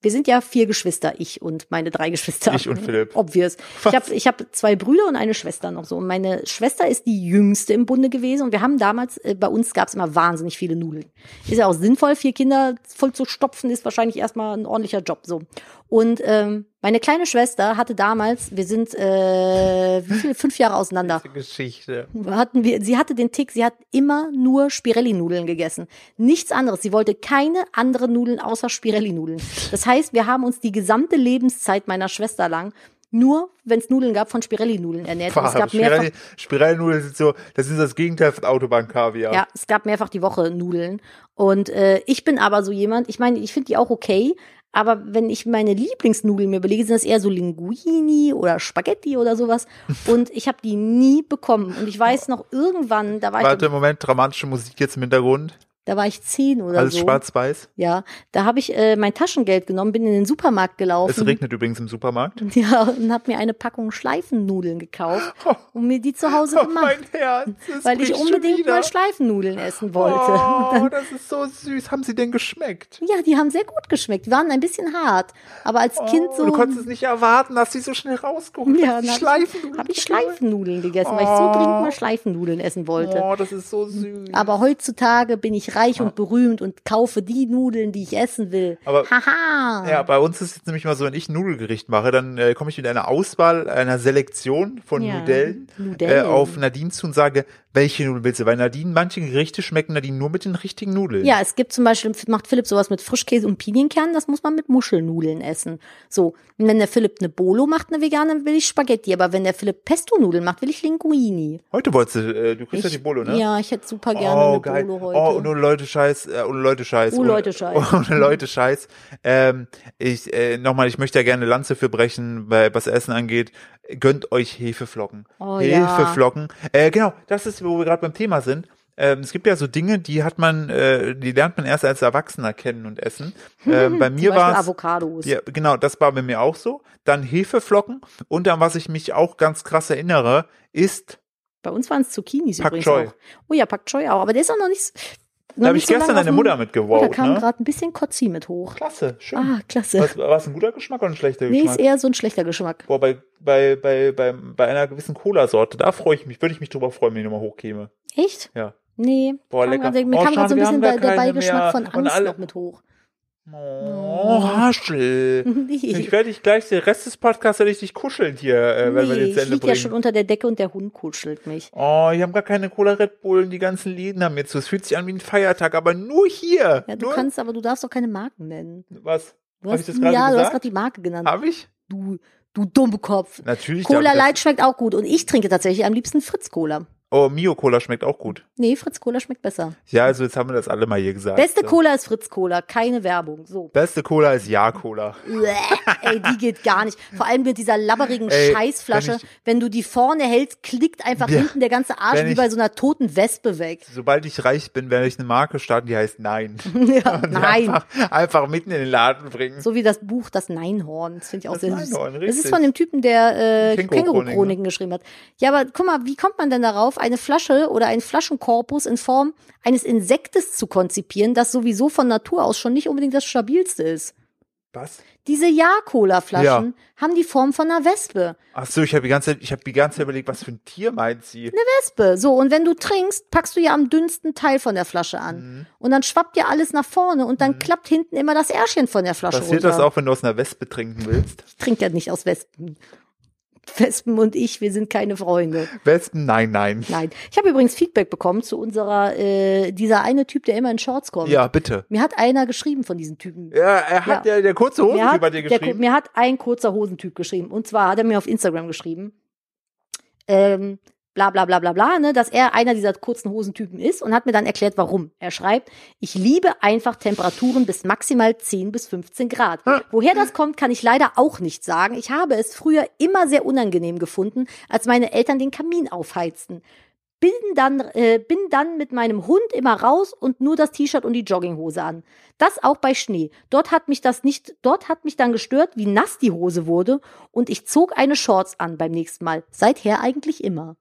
B: wir sind ja vier Geschwister, ich und meine drei Geschwister.
A: Ich und Philipp.
B: Obvious. Ich habe ich hab zwei Brüder und eine Schwester noch so. Und meine Schwester ist die jüngste im Bunde gewesen. Und wir haben damals, äh, bei uns gab es immer wahnsinnig viele Nudeln. Ist ja auch sinnvoll, vier Kinder voll zu stopfen, ist wahrscheinlich erstmal ein ordentlicher Job. so. Und ähm, meine kleine Schwester hatte damals, wir sind äh, wie viele, fünf Jahre auseinander
A: Diese Geschichte.
B: hatten wir, sie hatte den Tick, sie hat immer nur Spirelli-Nudeln gegessen. Nichts anderes. Sie wollte keine anderen Nudeln außer Spirelli-Nudeln. Das heißt, wir haben uns die gesamte Lebenszeit meiner Schwester lang nur, wenn es Nudeln gab, von Spirelli-Nudeln ernährt. Und es gab mehrfach
A: Spirale- Spiralnudeln sind so, das ist das Gegenteil von Autobahnkaviar.
B: ja, es gab mehrfach die Woche Nudeln. Und äh, ich bin aber so jemand, ich meine, ich finde die auch okay, aber wenn ich meine Lieblingsnudeln mir belege, sind das eher so Linguini oder Spaghetti oder sowas. Und ich habe die nie bekommen. Und ich weiß noch, irgendwann, da war, ich,
A: Warte, Moment, dramatische Musik jetzt im Hintergrund.
B: da war ich zehn oder
A: Alles
B: so.
A: schwarz-weiß.
B: Ja, da habe ich äh, mein Taschengeld genommen, bin in den Supermarkt
A: Es
B: gelaufen.
A: regnet übrigens im Supermarkt.
B: Ja, und habe mir eine Packung Schleifennudeln gekauft und mir die zu Hause
A: Oh,
B: gemacht,
A: mein Herz. es
B: weil ich
A: bricht schon
B: unbedingt
A: wieder.
B: mal Schleifennudeln essen wollte.
A: Oh,
B: Und dann,
A: das ist so süß. Haben sie denn geschmeckt?
B: ja, die haben sehr gut geschmeckt, die waren ein bisschen hart, aber als Kind
A: Oh,
B: so
A: Du konntest es nicht erwarten, dass sie so schnell rausgeholt
B: Ja,
A: hast.
B: dann-
A: Schleifen.
B: habe ich Schleifennudeln gegessen, weil ich so
A: Oh.
B: dringend mal Schleifennudeln essen wollte.
A: Oh, das ist Oh, so süß.
B: Aber heutzutage bin ich reich und berühmt und kaufe die Nudeln, die ich essen will.
A: Ah. Aber
B: Haha.
A: Ja, bei uns ist jetzt nämlich mal so, wenn ich ein Nudelgericht mache, dann äh, komme ich mit einer Auswahl, einer Selektion von
B: Ja.
A: Nudellen,
B: Nudellen.
A: Äh, auf Nadine zu und sage, welche Nudeln willst du? Weil Nadine, manche Gerichte schmecken Nadine nur mit den richtigen Nudeln.
B: Ja, es gibt zum Beispiel, macht Philipp sowas mit Frischkäse und Pinienkernen, das muss man mit Muschelnudeln essen. So, und wenn der Philipp eine Bolo macht, eine vegane, dann will ich Spaghetti, aber wenn der Philipp Pesto-Nudeln macht, will ich Linguini.
A: Heute wolltest du, äh, du kriegst ja
B: Ich-
A: die Bolo, ne?
B: Ja, ich hätte super gerne
A: oh,
B: eine
A: geil.
B: Bolo
A: Oh, und
B: heute.
A: ohne Leute Scheiß, äh, ohne Leute Scheiß.
B: Oh,
A: ohne-
B: Leute, Scheiß.
A: Ohne Leute Scheiß. Ähm, ich, äh, nochmal, ich möchte ja gerne Lanze für brechen, bei, was Essen angeht. Gönnt euch Hefeflocken.
B: Oh, ja.
A: Hefeflocken. Äh, genau, das ist, wo wir gerade beim Thema sind. Ähm, es gibt ja so Dinge, die hat man, äh, die lernt man erst als Erwachsener kennen und essen. Ähm, bei
B: zum
A: mir
B: Beispiel
A: war es,
B: Avocados.
A: ja, genau, das war bei mir auch so. Dann Hefeflocken und an was ich mich auch ganz krass erinnere, ist,
B: Bei uns waren es Zucchinis
A: Pak
B: übrigens
A: Choi.
B: auch. Oh ja, Pak Choi auch, aber der ist auch noch nicht. Noch
A: da habe
B: nicht
A: ich
B: so
A: gestern
B: lange
A: deine
B: auf dem-
A: Mutter mitgewout,
B: Oh, da kam
A: ne?
B: gerade ein bisschen Kotzi mit hoch.
A: Klasse, schön.
B: Ah, klasse.
A: Was, war es ein guter Geschmack oder ein schlechter
B: nee, ist
A: Geschmack?
B: eher so ein schlechter Geschmack.
A: Boah, bei, bei, bei, bei, bei einer gewissen Cola-Sorte, da freue ich mich, würde ich mich drüber freuen, wenn die nochmal hochkäme.
B: Echt?
A: Ja.
B: Nee.
A: Boah,
B: kam
A: lecker.
B: grad- mir
A: Oh,
B: kam gerade
A: schade,
B: so ein
A: wir haben
B: bisschen
A: gar
B: der, der
A: keine mehr.
B: Beigeschmack von
A: Und
B: Angst
A: alle-
B: noch mit hoch.
A: Oh, Haschel. Ich
B: Nee.
A: werde dich gleich, den Rest des Podcasts werde ich dich kuscheln hier, äh, wenn wir
B: nee,
A: den
B: ich
A: zu Ende
B: lieg ja
A: bringen.
B: schon unter der Decke und der Hund kuschelt mich.
A: oh, hier haben gar keine Cola Red Bull, und die ganzen Läden haben jetzt so. Es fühlt sich an wie ein Feiertag, aber nur hier.
B: Ja, du
A: nur,
B: kannst, aber du darfst doch keine Marken nennen.
A: Was?
B: Du
A: Hab
B: hast,
A: ich das gerade
B: ja, du hast
A: gesagt?
B: gerade die Marke genannt.
A: Habe ich?
B: Du, du Dummkopf.
A: Natürlich.
B: Cola
A: darf ich das-
B: Light schmeckt auch gut und ich trinke tatsächlich am liebsten Fritz Cola.
A: Oh, Mio Cola schmeckt auch gut.
B: Nee, Fritz Cola schmeckt besser.
A: Ja, also jetzt haben wir das alle mal hier gesagt.
B: Beste
A: So.
B: Cola ist Fritz Cola, keine Werbung. So.
A: Beste Cola ist Ja-Cola.
B: Uäh, Ey, die geht gar nicht. Vor allem mit dieser labberigen
A: Ey,
B: Scheißflasche.
A: wenn
B: Wenn,
A: ich-
B: du die vorne hältst, klickt einfach
A: Ja,
B: hinten der ganze Arsch
A: wenn
B: wie
A: ich-
B: bei so einer toten Wespe weg.
A: Sobald ich reich bin, werde ich eine Marke starten, die heißt Nein.
B: ja, nein.
A: Einfach, einfach mitten in den Laden bringen.
B: So wie das Buch Das Neinhorn. Das finde ich auch
A: Hm. Das
B: sehr süß.
A: Neinhorn,
B: das ist
A: richtig.
B: von dem Typen, der äh,
A: Känguru-Chroniken,
B: Känguru-Chroniken geschrieben hat. Ja, aber guck mal, wie kommt man denn darauf, eine Flasche oder einen Flaschenkorpus in Form eines Insektes zu konzipieren, das sowieso von Natur aus schon nicht unbedingt das stabilste ist?
A: Was?
B: Diese Ja-Cola-Flaschen haben die Form von einer Wespe.
A: Ach so, ich habe die ganze Zeit, ich habe die ganze Zeit überlegt, was für ein Tier meint sie?
B: Wespe. So, und wenn du trinkst, packst du ja am dünnsten Teil von der Flasche
A: Mhm.
B: an. Und dann schwappt ja alles nach vorne und dann klappt hinten immer das Ärschchen von der Flasche
A: Passiert
B: runter.
A: das auch, wenn du aus einer Wespe trinken willst?
B: Ich trinke ja nicht aus Wespen. Wespen und ich, wir sind keine Freunde.
A: Wespen? Nein, nein.
B: Nein. Ich habe übrigens Feedback bekommen zu unserer, äh, dieser eine Typ, der immer in Shorts kommt.
A: Ja, bitte.
B: Mir hat einer geschrieben von diesem Typen.
A: Ja, er hat
B: Ja.
A: ja. der, der kurze Hosen
B: Mir hat,
A: über dir
B: der-
A: geschrieben.
B: mir hat ein kurzer Hosentyp geschrieben. Und zwar hat er mir auf Instagram geschrieben, ähm, bla bla bla bla bla, ne, dass er einer dieser kurzen Hosentypen ist und hat mir dann erklärt, warum. Er schreibt, ich liebe einfach Temperaturen bis maximal 10 bis 15 Grad. Woher das kommt, kann ich leider auch nicht sagen. Ich habe es früher immer sehr unangenehm gefunden, als meine Eltern den Kamin aufheizten. Bin dann, äh, bin dann mit meinem Hund immer raus und nur das T-Shirt und die Jogginghose an. Das auch bei Schnee. Dort hat mich das nicht, dort hat mich dann gestört, wie nass die Hose wurde und ich zog eine Shorts an beim nächsten Mal. Seither eigentlich immer.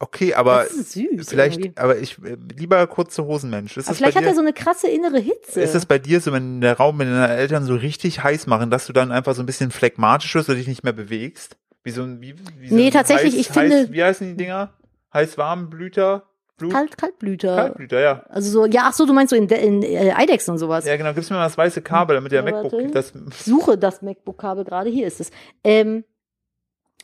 A: okay, aber
B: das ist süß.
A: vielleicht,
B: irgendwie.
A: aber ich äh, lieber kurze Hosenmensch. Ist
B: Aber
A: das
B: vielleicht
A: bei
B: hat
A: dir,
B: er so eine krasse innere Hitze.
A: ist das bei dir so, wenn der Raum mit deinen Eltern so richtig heiß machen, dass du dann einfach so ein bisschen phlegmatisch wirst und dich nicht mehr bewegst? Wie so ein, wie, wie so
B: Nee,
A: ein
B: tatsächlich,
A: heiß,
B: ich finde-
A: Heiß, wie heißen die Dinger? Heiß-Warmblüter? Blut?
B: Kalt, Kaltblüter.
A: Kaltblüter, ja.
B: Also so, ja, ach so, du meinst so in, De- in äh, Eidechsen und sowas.
A: Ja, genau. Gib's mir mal das weiße Kabel, damit der
B: Ja, warte.
A: MacBook das.
B: Ich suche das MacBook-Kabel gerade, hier ist es. Ähm,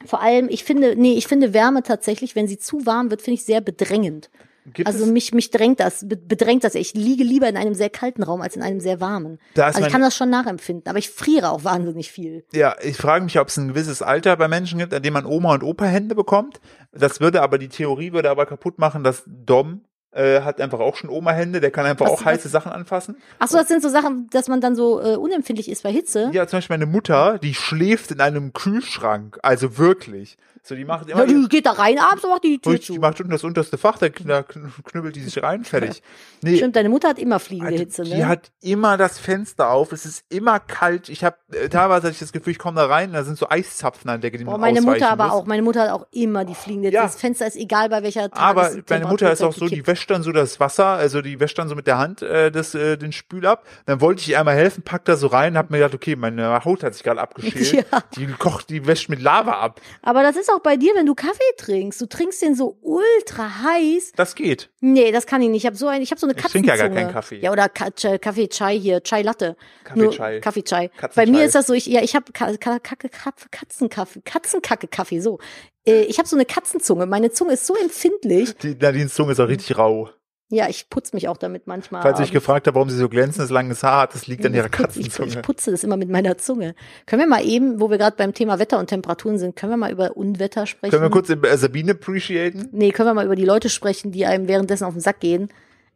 B: vor allem, ich finde, nee, ich finde Wärme tatsächlich, wenn sie zu warm wird, finde ich sehr bedrängend.
A: Gibt
B: Also
A: es,
B: mich, mich drängt das, be- bedrängt das. Ich liege lieber in einem sehr kalten Raum als in einem sehr warmen.
A: da ist
B: Also ich
A: mein-
B: kann das schon nachempfinden, aber ich friere auch wahnsinnig viel.
A: Ja, ich frage mich, ob es ein gewisses Alter bei Menschen gibt, an dem man Oma und Opa Hände bekommt. Das würde aber die Theorie würde aber kaputt machen, dass Dom äh, hat einfach auch schon Oma Hände, der kann einfach
B: Was-
A: auch heiße Sachen anfassen.
B: Ach so, das sind so Sachen, dass man dann so äh, unempfindlich ist bei Hitze.
A: Ja, zum Beispiel meine Mutter, die schläft in einem Kühlschrank, also wirklich. So, die macht
B: Ja,
A: immer
B: die geht da rein abends und macht die Tür
A: die,
B: zu.
A: die macht unten das unterste Fach, da kn- da kn- knüppelt die sich rein, fertig. Nee,
B: Stimmt, deine Mutter hat immer fliegende
A: Alter,
B: Hitze,
A: die
B: ne?
A: hat immer das Fenster auf, es ist immer kalt. Ich habe äh, teilweise hatte ich das Gefühl, ich komme da rein, da sind so Eiszapfen an der Decke, die
B: Boah,
A: man
B: meine
A: ausweichen
B: Mutter aber
A: muss.
B: auch. Meine Mutter hat auch immer die fliegende Hitze.
A: Ja.
B: Das Fenster ist egal bei welcher
A: Aber
B: Tages-
A: meine Mutter ist halt auch
B: Temperatur
A: so, die
B: gekippt
A: wäscht dann so das Wasser, also die wäscht dann so mit der Hand äh, das, äh, den Spül ab. Dann wollte ich ihr einmal helfen, pack da so rein, hab mir gedacht, okay, meine Haut hat sich gerade abgeschält.
B: Ja.
A: Die kocht, die wäscht mit Lava ab.
B: Aber das ist auch bei dir, wenn du Kaffee trinkst. Du trinkst den so ultra heiß.
A: Das geht.
B: Nee, das kann ich nicht. Ich habe so, ein, ich hab so eine
A: Ich
B: Katzenzunge.
A: trinke ja gar keinen Kaffee.
B: Ja, oder Ka Ch- Kaffee Chai hier, Chai Latte.
A: Kaffee
B: Nur
A: Chai.
B: Kaffee Chai. Bei
A: Katzenchai.
B: mir ist das so, ich, ja, ich habe Ka Ka Kacke- Kap- Katzenkaffee, Katzenkacke Kaffee, so. Äh, Ich habe so eine Katzenzunge. Meine Zunge ist so empfindlich.
A: Die, Nadines Zunge ist auch richtig rau.
B: Ja, ich putz mich auch damit manchmal.
A: Falls ich
B: aber-
A: gefragt habe, warum sie so glänzendes, langes Haar hat, das liegt an ihrer
B: Ah. Ich putz- ich, ich
A: Katzenzunge.
B: putze das immer mit meiner Zunge. Können wir mal eben, wo wir gerade beim Thema Wetter und Temperaturen sind, können wir mal über Unwetter sprechen?
A: Können wir kurz äh, Sabine appreciaten?
B: Nee, können wir mal über die Leute sprechen, die einem währenddessen auf den Sack gehen.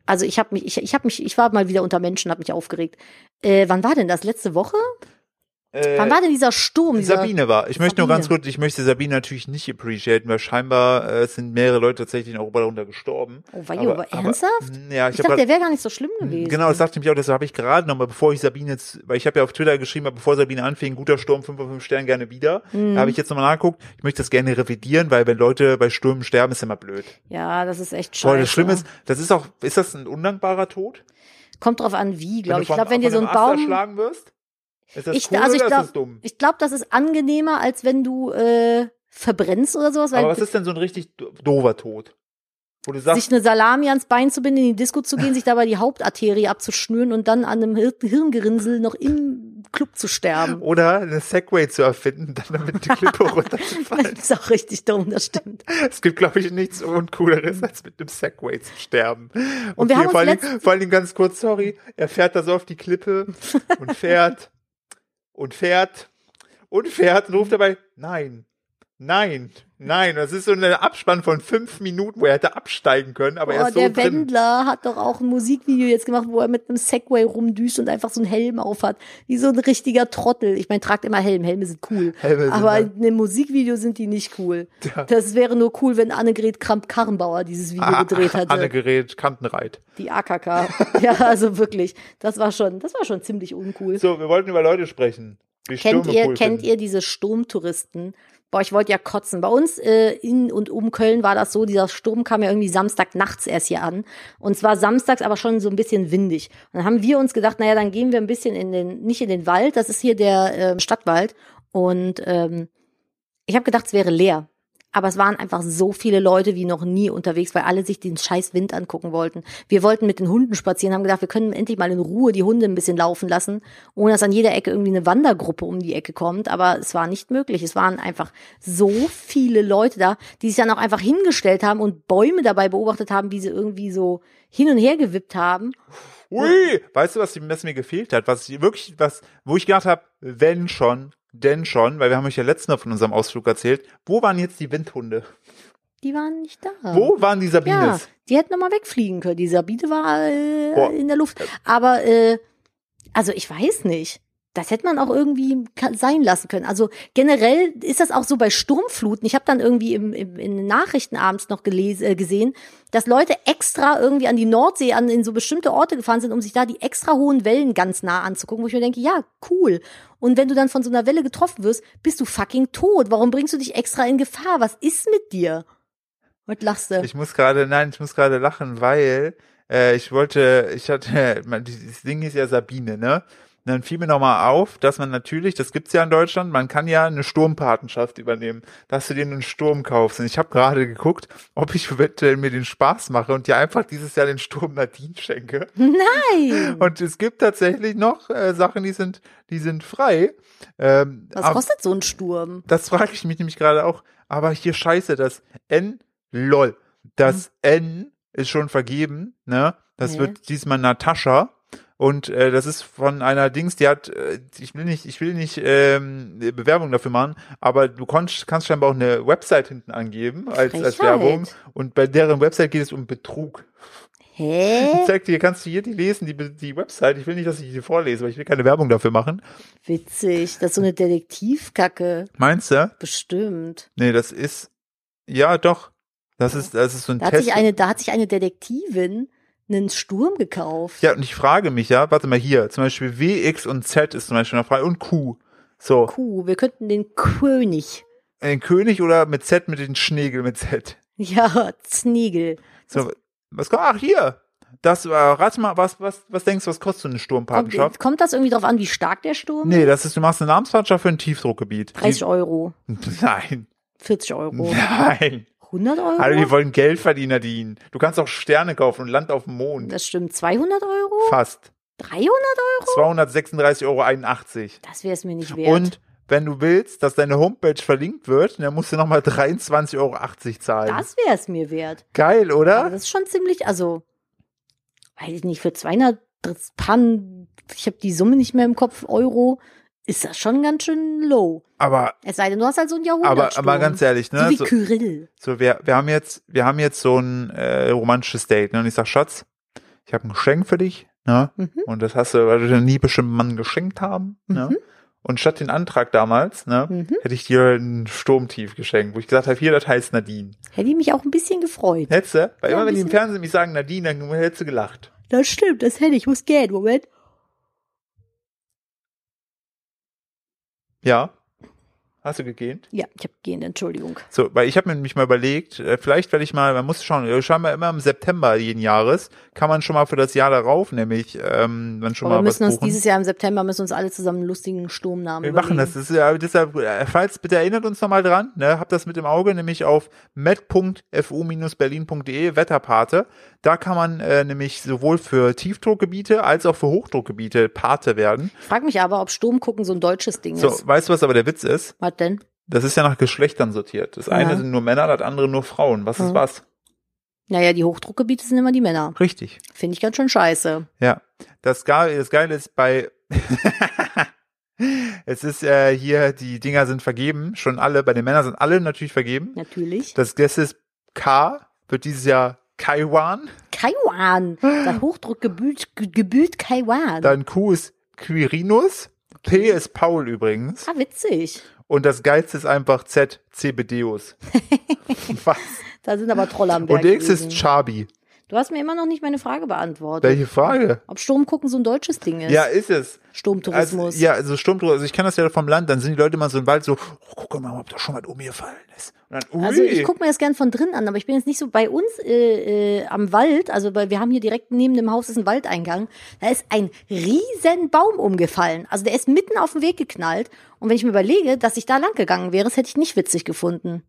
B: Also ich habe mich, ich, ich habe mich, ich war mal wieder unter Menschen, habe mich aufgeregt. Äh, wann war denn das? Letzte Woche?
A: Äh,
B: wann war denn dieser Sturm? Dieser,
A: Sabine war. Ich möchte nur
B: Sabine.
A: ganz kurz, ich möchte Sabine natürlich nicht appreciaten, weil scheinbar äh, es sind mehrere Leute tatsächlich in Europa darunter gestorben.
B: Oh, war aber, aber ernsthaft?
A: mh, ja, ich, hab
B: ich dachte,
A: grad,
B: der wäre gar nicht so schlimm gewesen.
A: Genau, das dachte ich mich auch, deshalb habe ich gerade nochmal, bevor ich Sabine jetzt, weil ich habe ja auf Twitter geschrieben, aber bevor Sabine anfing, guter Sturm, 5 von 5 Sternen gerne wieder.
B: Mhm.
A: Da habe ich jetzt nochmal nachgeguckt. Ich möchte das gerne revidieren, weil wenn Leute bei Stürmen sterben, ist immer blöd.
B: Ja, das ist echt scheiße.
A: Boah, das Schlimme ist, das ist auch, ist das ein undankbarer Tod?
B: Kommt drauf an, wie,
A: Wenn du
B: glaube ich. Ich
A: vom-
B: glaube, wenn dir so
A: von
B: ein
A: einem Ast
B: Baum.
A: erschlagen wirst? Ist das
B: Ich,
A: cool
B: also ich
A: oder ist das
B: glaube,
A: dumm?
B: ich glaub, das ist angenehmer, als wenn du äh, verbrennst oder sowas, weil
A: Aber was ist denn so ein richtig do- dover Tod? Wo du sagst,
B: sich eine Salami ans Bein zu binden, in die Disco zu gehen, sich dabei die Hauptarterie abzuschnüren und dann an einem Hir Hirngerinnsel noch im Club zu sterben.
A: oder eine Segway zu erfinden, dann damit die Klippe
B: Das
A: runterzufallen.
B: ist auch richtig dumm, das stimmt.
A: Es gibt, glaube ich, nichts Uncooleres, als mit einem Segway zu sterben. Und,
B: wir haben
A: vor,
B: uns
A: allen Dingen, vor allen Dingen ganz kurz, sorry, er fährt da so auf die Klippe und fährt und fährt und fährt und ruft dabei, nein, nein, nein. Das ist so ein Abspann von fünf Minuten, wo er hätte absteigen können, aber er
B: Boah,
A: ist so
B: Oh, der
A: drin.
B: Wendler hat doch auch ein Musikvideo jetzt gemacht, wo er mit einem Segway rumdüst und einfach so einen Helm auf hat. Wie so ein richtiger Trottel. Ich meine, tragt immer Helm. Helme sind cool.
A: Helme sind
B: aber
A: dann-
B: in einem Musikvideo sind die nicht cool. Das wäre nur cool, wenn Annegret Kramp-Karrenbauer dieses Video
A: Ah,
B: gedreht hätte.
A: Annegerät, Kantenreit.
B: die AKK. ja, also wirklich. Das war schon, das war schon ziemlich uncool.
A: So, wir wollten über Leute sprechen. Die
B: Kennt
A: Stürme
B: ihr,
A: cool
B: kennt
A: finden.
B: ihr diese Sturmtouristen? Boah, ich wollte ja kotzen. Bei uns äh, in und um Köln war das so, dieser Sturm kam ja irgendwie Samstag nachts erst hier an. Und zwar samstags, aber schon so ein bisschen windig. Und dann haben wir uns gedacht, naja, dann gehen wir ein bisschen in den, nicht in den Wald, das ist hier der äh, Stadtwald. Und ähm, ich habe gedacht, es wäre leer. Aber es waren einfach so viele Leute wie noch nie unterwegs, weil alle sich den scheiß Wind angucken wollten. Wir wollten mit den Hunden spazieren, haben gedacht, wir können endlich mal in Ruhe die Hunde ein bisschen laufen lassen, ohne dass an jeder Ecke irgendwie eine Wandergruppe um die Ecke kommt. Aber es war nicht möglich. Es waren einfach so viele Leute da, die sich dann auch einfach hingestellt haben und Bäume dabei beobachtet haben, wie sie irgendwie so hin und her gewippt haben.
A: Ui, weißt du, was, was mir gefehlt hat? Was ich wirklich, was, wo ich gedacht habe, wenn schon, denn schon, weil wir haben euch ja letztens noch von unserem Ausflug erzählt, wo waren jetzt die Windhunde?
B: Die waren nicht da.
A: Wo waren die
B: Ja,
A: Sabines?
B: die hätten nochmal wegfliegen können. Die Sabine war
A: Boah.
B: äh, in der Luft. Aber, äh, also ich weiß nicht. Das hätte man auch irgendwie ka- sein lassen können. Also generell ist das auch so bei Sturmfluten. Ich habe dann irgendwie im, im, in den Nachrichten abends noch gelesen, äh, gesehen, dass Leute extra irgendwie an die Nordsee, an in so bestimmte Orte gefahren sind, um sich da die extra hohen Wellen ganz nah anzugucken, wo ich mir denke, ja, cool. Und wenn du dann von so einer Welle getroffen wirst, bist du fucking tot. Warum bringst du dich extra in Gefahr? Was ist mit dir? Was lachst du?
A: Ich muss gerade, nein, ich muss gerade lachen, weil äh, ich wollte, ich hatte, man, dieses Ding ist ja Sabine, ne? Und dann fiel mir nochmal auf, dass man natürlich, das gibt's ja in Deutschland, man kann ja eine Sturmpatenschaft übernehmen, dass du dir einen Sturm kaufst. Und ich habe gerade geguckt, ob ich eventuell mir den Spaß mache und dir einfach dieses Jahr den Sturm Nadine schenke.
B: Nein!
A: Und es gibt tatsächlich noch äh, Sachen, die sind, die sind frei. Ähm,
B: Was
A: aber-
B: kostet so ein Sturm?
A: das frage ich mich nämlich gerade auch. Aber hier scheiße, das N, lol.
B: Mhm.
A: Das N ist schon vergeben, ne? Das
B: Nee.
A: wird diesmal Natascha. Und äh, das ist von einer Dings, die hat, äh, ich will nicht, ich will nicht ähm, eine Bewerbung dafür machen, aber du konntest, kannst scheinbar auch eine Website hinten angeben als, als
B: Frechheit.
A: Werbung. Und bei deren Website geht es um Betrug. Ich
B: Hä?
A: zeig dir, kannst du hier die lesen, die, die Website. Ich will nicht, dass ich die vorlese, weil ich will keine Werbung dafür machen.
B: Witzig. Das ist so eine Detektivkacke.
A: Meinst du?
B: Bestimmt.
A: Nee, das ist. Ja, doch. Das ist, das ist so ein
B: Da hat,
A: Test.
B: sich eine, da hat sich eine Detektivin einen Sturm gekauft.
A: ja, und ich frage mich, ja, warte mal hier, zum Beispiel W, X und Z ist zum Beispiel eine Frage und Q. So,
B: Kuh. Wir könnten den König.
A: ein König oder mit Z mit den Schnegel mit Z.
B: Ja, Znigel.
A: So, Was kommt? Ach, hier. Das war, rate mal, was, was, was denkst du, was kostet so eine Sturmpatenschaft?
B: Kommt, kommt das irgendwie drauf an, wie stark der Sturm?
A: Nee, das ist, du machst eine Namensfahrtschaft für ein Tiefdruckgebiet.
B: 30 Euro,
A: Die- Nein.
B: 40 Euro,
A: Nein.
B: 100 Euro?
A: Hallo, die wollen Geld verdienen, Dean. Du kannst auch Sterne kaufen und Land auf dem Mond.
B: das stimmt. 200 Euro?
A: Fast.
B: 300 Euro?
A: 236,81 Euro.
B: Das wäre es mir nicht wert.
A: Und wenn du willst, dass deine Homepage verlinkt wird, dann musst du nochmal 23,80 Euro zahlen.
B: das wäre es mir wert.
A: Geil,
B: Aber
A: oder?
B: das ist schon ziemlich, also, weiß ich nicht, für 200 Dritz- Pan, ich habe die Summe nicht mehr im Kopf, Euro, ist das schon ganz schön low.
A: Aber,
B: Es sei denn, du hast halt so ein Jahrhundert.
A: aber, aber ganz ehrlich, ne?
B: so wie
A: So,
B: Kyrill.
A: so wir, wir haben jetzt, wir haben jetzt so ein äh, romantisches Date, ne? Und ich sag, Schatz, ich habe ein Geschenk für dich, ne?
B: Mhm.
A: Und das hast du, weil wir dir nie bestimmt einen Mann geschenkt haben, ne? Und statt den Antrag damals, ne,
B: Mhm.
A: hätte ich dir einen Sturmtief geschenkt, wo ich gesagt habe, hier, das heißt Nadine.
B: Hätte ich mich auch ein bisschen gefreut.
A: Hättest du? Weil
B: Ja,
A: immer,
B: ein
A: wenn die im
B: bisschen.
A: Fernsehen mich sagen Nadine, dann hättest du gelacht.
B: Das stimmt, das hätte ich. Muss gehen, Moment.
A: Ja. Hast du gegähnt?
B: Ja, ich habe gehen, Entschuldigung.
A: So, weil ich habe mir nämlich mal überlegt, äh, vielleicht werde ich mal, man muss schauen, äh, scheinbar immer im September jeden Jahres kann man schon mal für das Jahr darauf, nämlich ähm, dann schon
B: Aber wir
A: mal was
B: müssen uns
A: buchen.
B: dieses Jahr im September, müssen uns alle zusammen einen lustigen Sturmnamen
A: wir machen das,
B: überlegen.
A: das ist ja, deshalb, äh, falls bitte erinnert uns nochmal dran, ne, habt das mit im Auge, nämlich auf met.fu-berlin.de e, Wetterpate. Da kann man äh, nämlich sowohl für Tiefdruckgebiete als auch für Hochdruckgebiete Pate werden.
B: Ich frag mich aber, ob Sturm gucken so ein deutsches Ding
A: So,
B: ist.
A: weißt du, was aber der Witz ist?
B: Was denn?
A: Das ist ja nach Geschlechtern sortiert. Das eine
B: Ja.
A: sind nur Männer, das andere nur Frauen. Was ist
B: Mhm.
A: was?
B: Naja, die Hochdruckgebiete sind immer die Männer.
A: Richtig.
B: Finde ich ganz schön scheiße.
A: Ja. Das, Ge das Geile ist bei. es ist äh, hier, die Dinger sind vergeben. Schon alle. Bei den Männern sind alle natürlich vergeben.
B: Natürlich.
A: Das Guess ist K wird dieses Jahr Kaiwan.
B: Taiwan. Das Hochdruckgebiet Ge- Gebiet Taiwan.
A: Dann Q ist Quirinus. P ist Paul übrigens.
B: ah, witzig.
A: Und das Geilste ist einfach Z, Cbedeus. Was?
B: Da sind aber Troll am Berg.
A: Und X ist
B: gewesen.
A: Chabi.
B: du hast mir immer noch nicht meine Frage beantwortet.
A: Welche Frage?
B: Ob Sturm gucken so ein deutsches Ding ist.
A: Ja, ist es.
B: Sturmtourismus.
A: Also, ja, also Sturmtourismus. Also ich kann das ja vom Land. Dann sind die Leute mal so im Wald so, oh, guck mal, ob da schon was umgefallen ist. Und dann, ui.
B: Also ich gucke mir das gern von drin an, aber ich bin jetzt nicht so bei uns äh, äh, am Wald, also bei, wir haben hier direkt neben dem Haus ist ein Waldeingang, da ist ein riesen Baum umgefallen. Also der ist mitten auf den Weg geknallt und wenn ich mir überlege, dass ich da lang gegangen wäre, das hätte ich nicht witzig gefunden.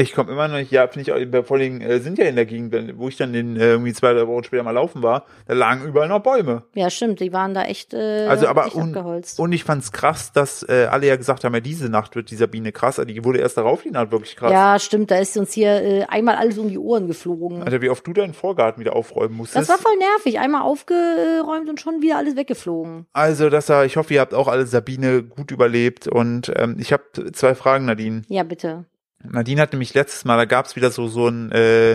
A: ich komme immer noch nicht, ja, finde ich auch, vor allem äh, sind ja in der Gegend, wenn- wo ich dann in, äh, irgendwie zwei, drei Wochen später mal laufen war, da lagen überall noch Bäume.
B: Ja, stimmt, die waren da echt äh,
A: Also aber
B: echt
A: und,
B: abgeholzt.
A: und ich fand's krass, dass äh, alle ja gesagt haben, ja, diese Nacht wird die Sabine krass, aber die wurde erst darauf die Nacht wirklich krass.
B: Ja, stimmt, da ist uns hier äh, einmal alles um die Ohren geflogen.
A: Alter, wie oft du deinen Vorgarten wieder aufräumen
B: das
A: musstest.
B: war voll nervig, einmal aufgeräumt und schon wieder alles weggeflogen.
A: also, das war, ich hoffe, ihr habt auch alle Sabine gut überlebt und ähm, ich habe zwei Fragen, Nadine.
B: Ja, bitte.
A: Nadine hat nämlich letztes Mal, da gab's wieder so so ein äh,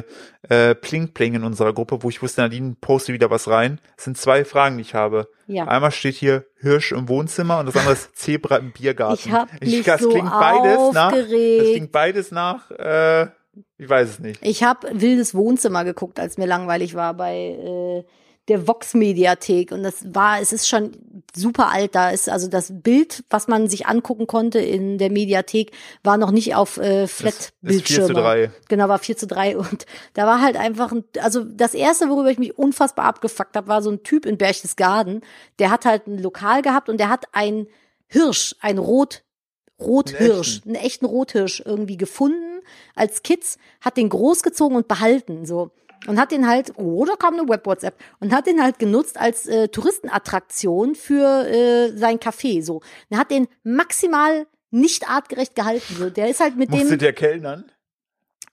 A: äh, Pling-Pling in unserer Gruppe, wo ich wusste, Nadine poste wieder was rein. Es sind zwei Fragen, die ich habe.
B: Ja.
A: Einmal steht hier Hirsch im Wohnzimmer und das andere ist Zebra im Biergarten.
B: Ich hab mich
A: das
B: so
A: klingt beides ne? nach. Das
B: aufgeregt.
A: klingt beides nach. Äh, ich weiß es nicht.
B: Ich habe Wildes Wohnzimmer geguckt, als mir langweilig war bei äh, der Vox-Mediathek. Und das war, es ist schon super alt. Da ist also das Bild, was man sich angucken konnte in der Mediathek, war noch nicht auf äh,
A: ist 4
B: Flat-Bildschirme.
A: zu 3.
B: Genau, war 4 zu 3. Und da war halt einfach, ein, also das Erste, worüber ich mich unfassbar abgefuckt habe, war so ein Typ in Berchtesgaden. Der hat halt ein Lokal gehabt und der hat einen Hirsch, einen Rot, Rothirsch, einen echten Rothirsch irgendwie gefunden als Kids, hat den großgezogen und behalten, so. Und hat den halt, oh, da kam eine Web-WhatsApp, und hat den halt genutzt als äh, Touristenattraktion für äh, sein Café, so. Und hat den maximal nicht artgerecht gehalten, so. Der ist halt mit dem
A: Musste der Kellnern?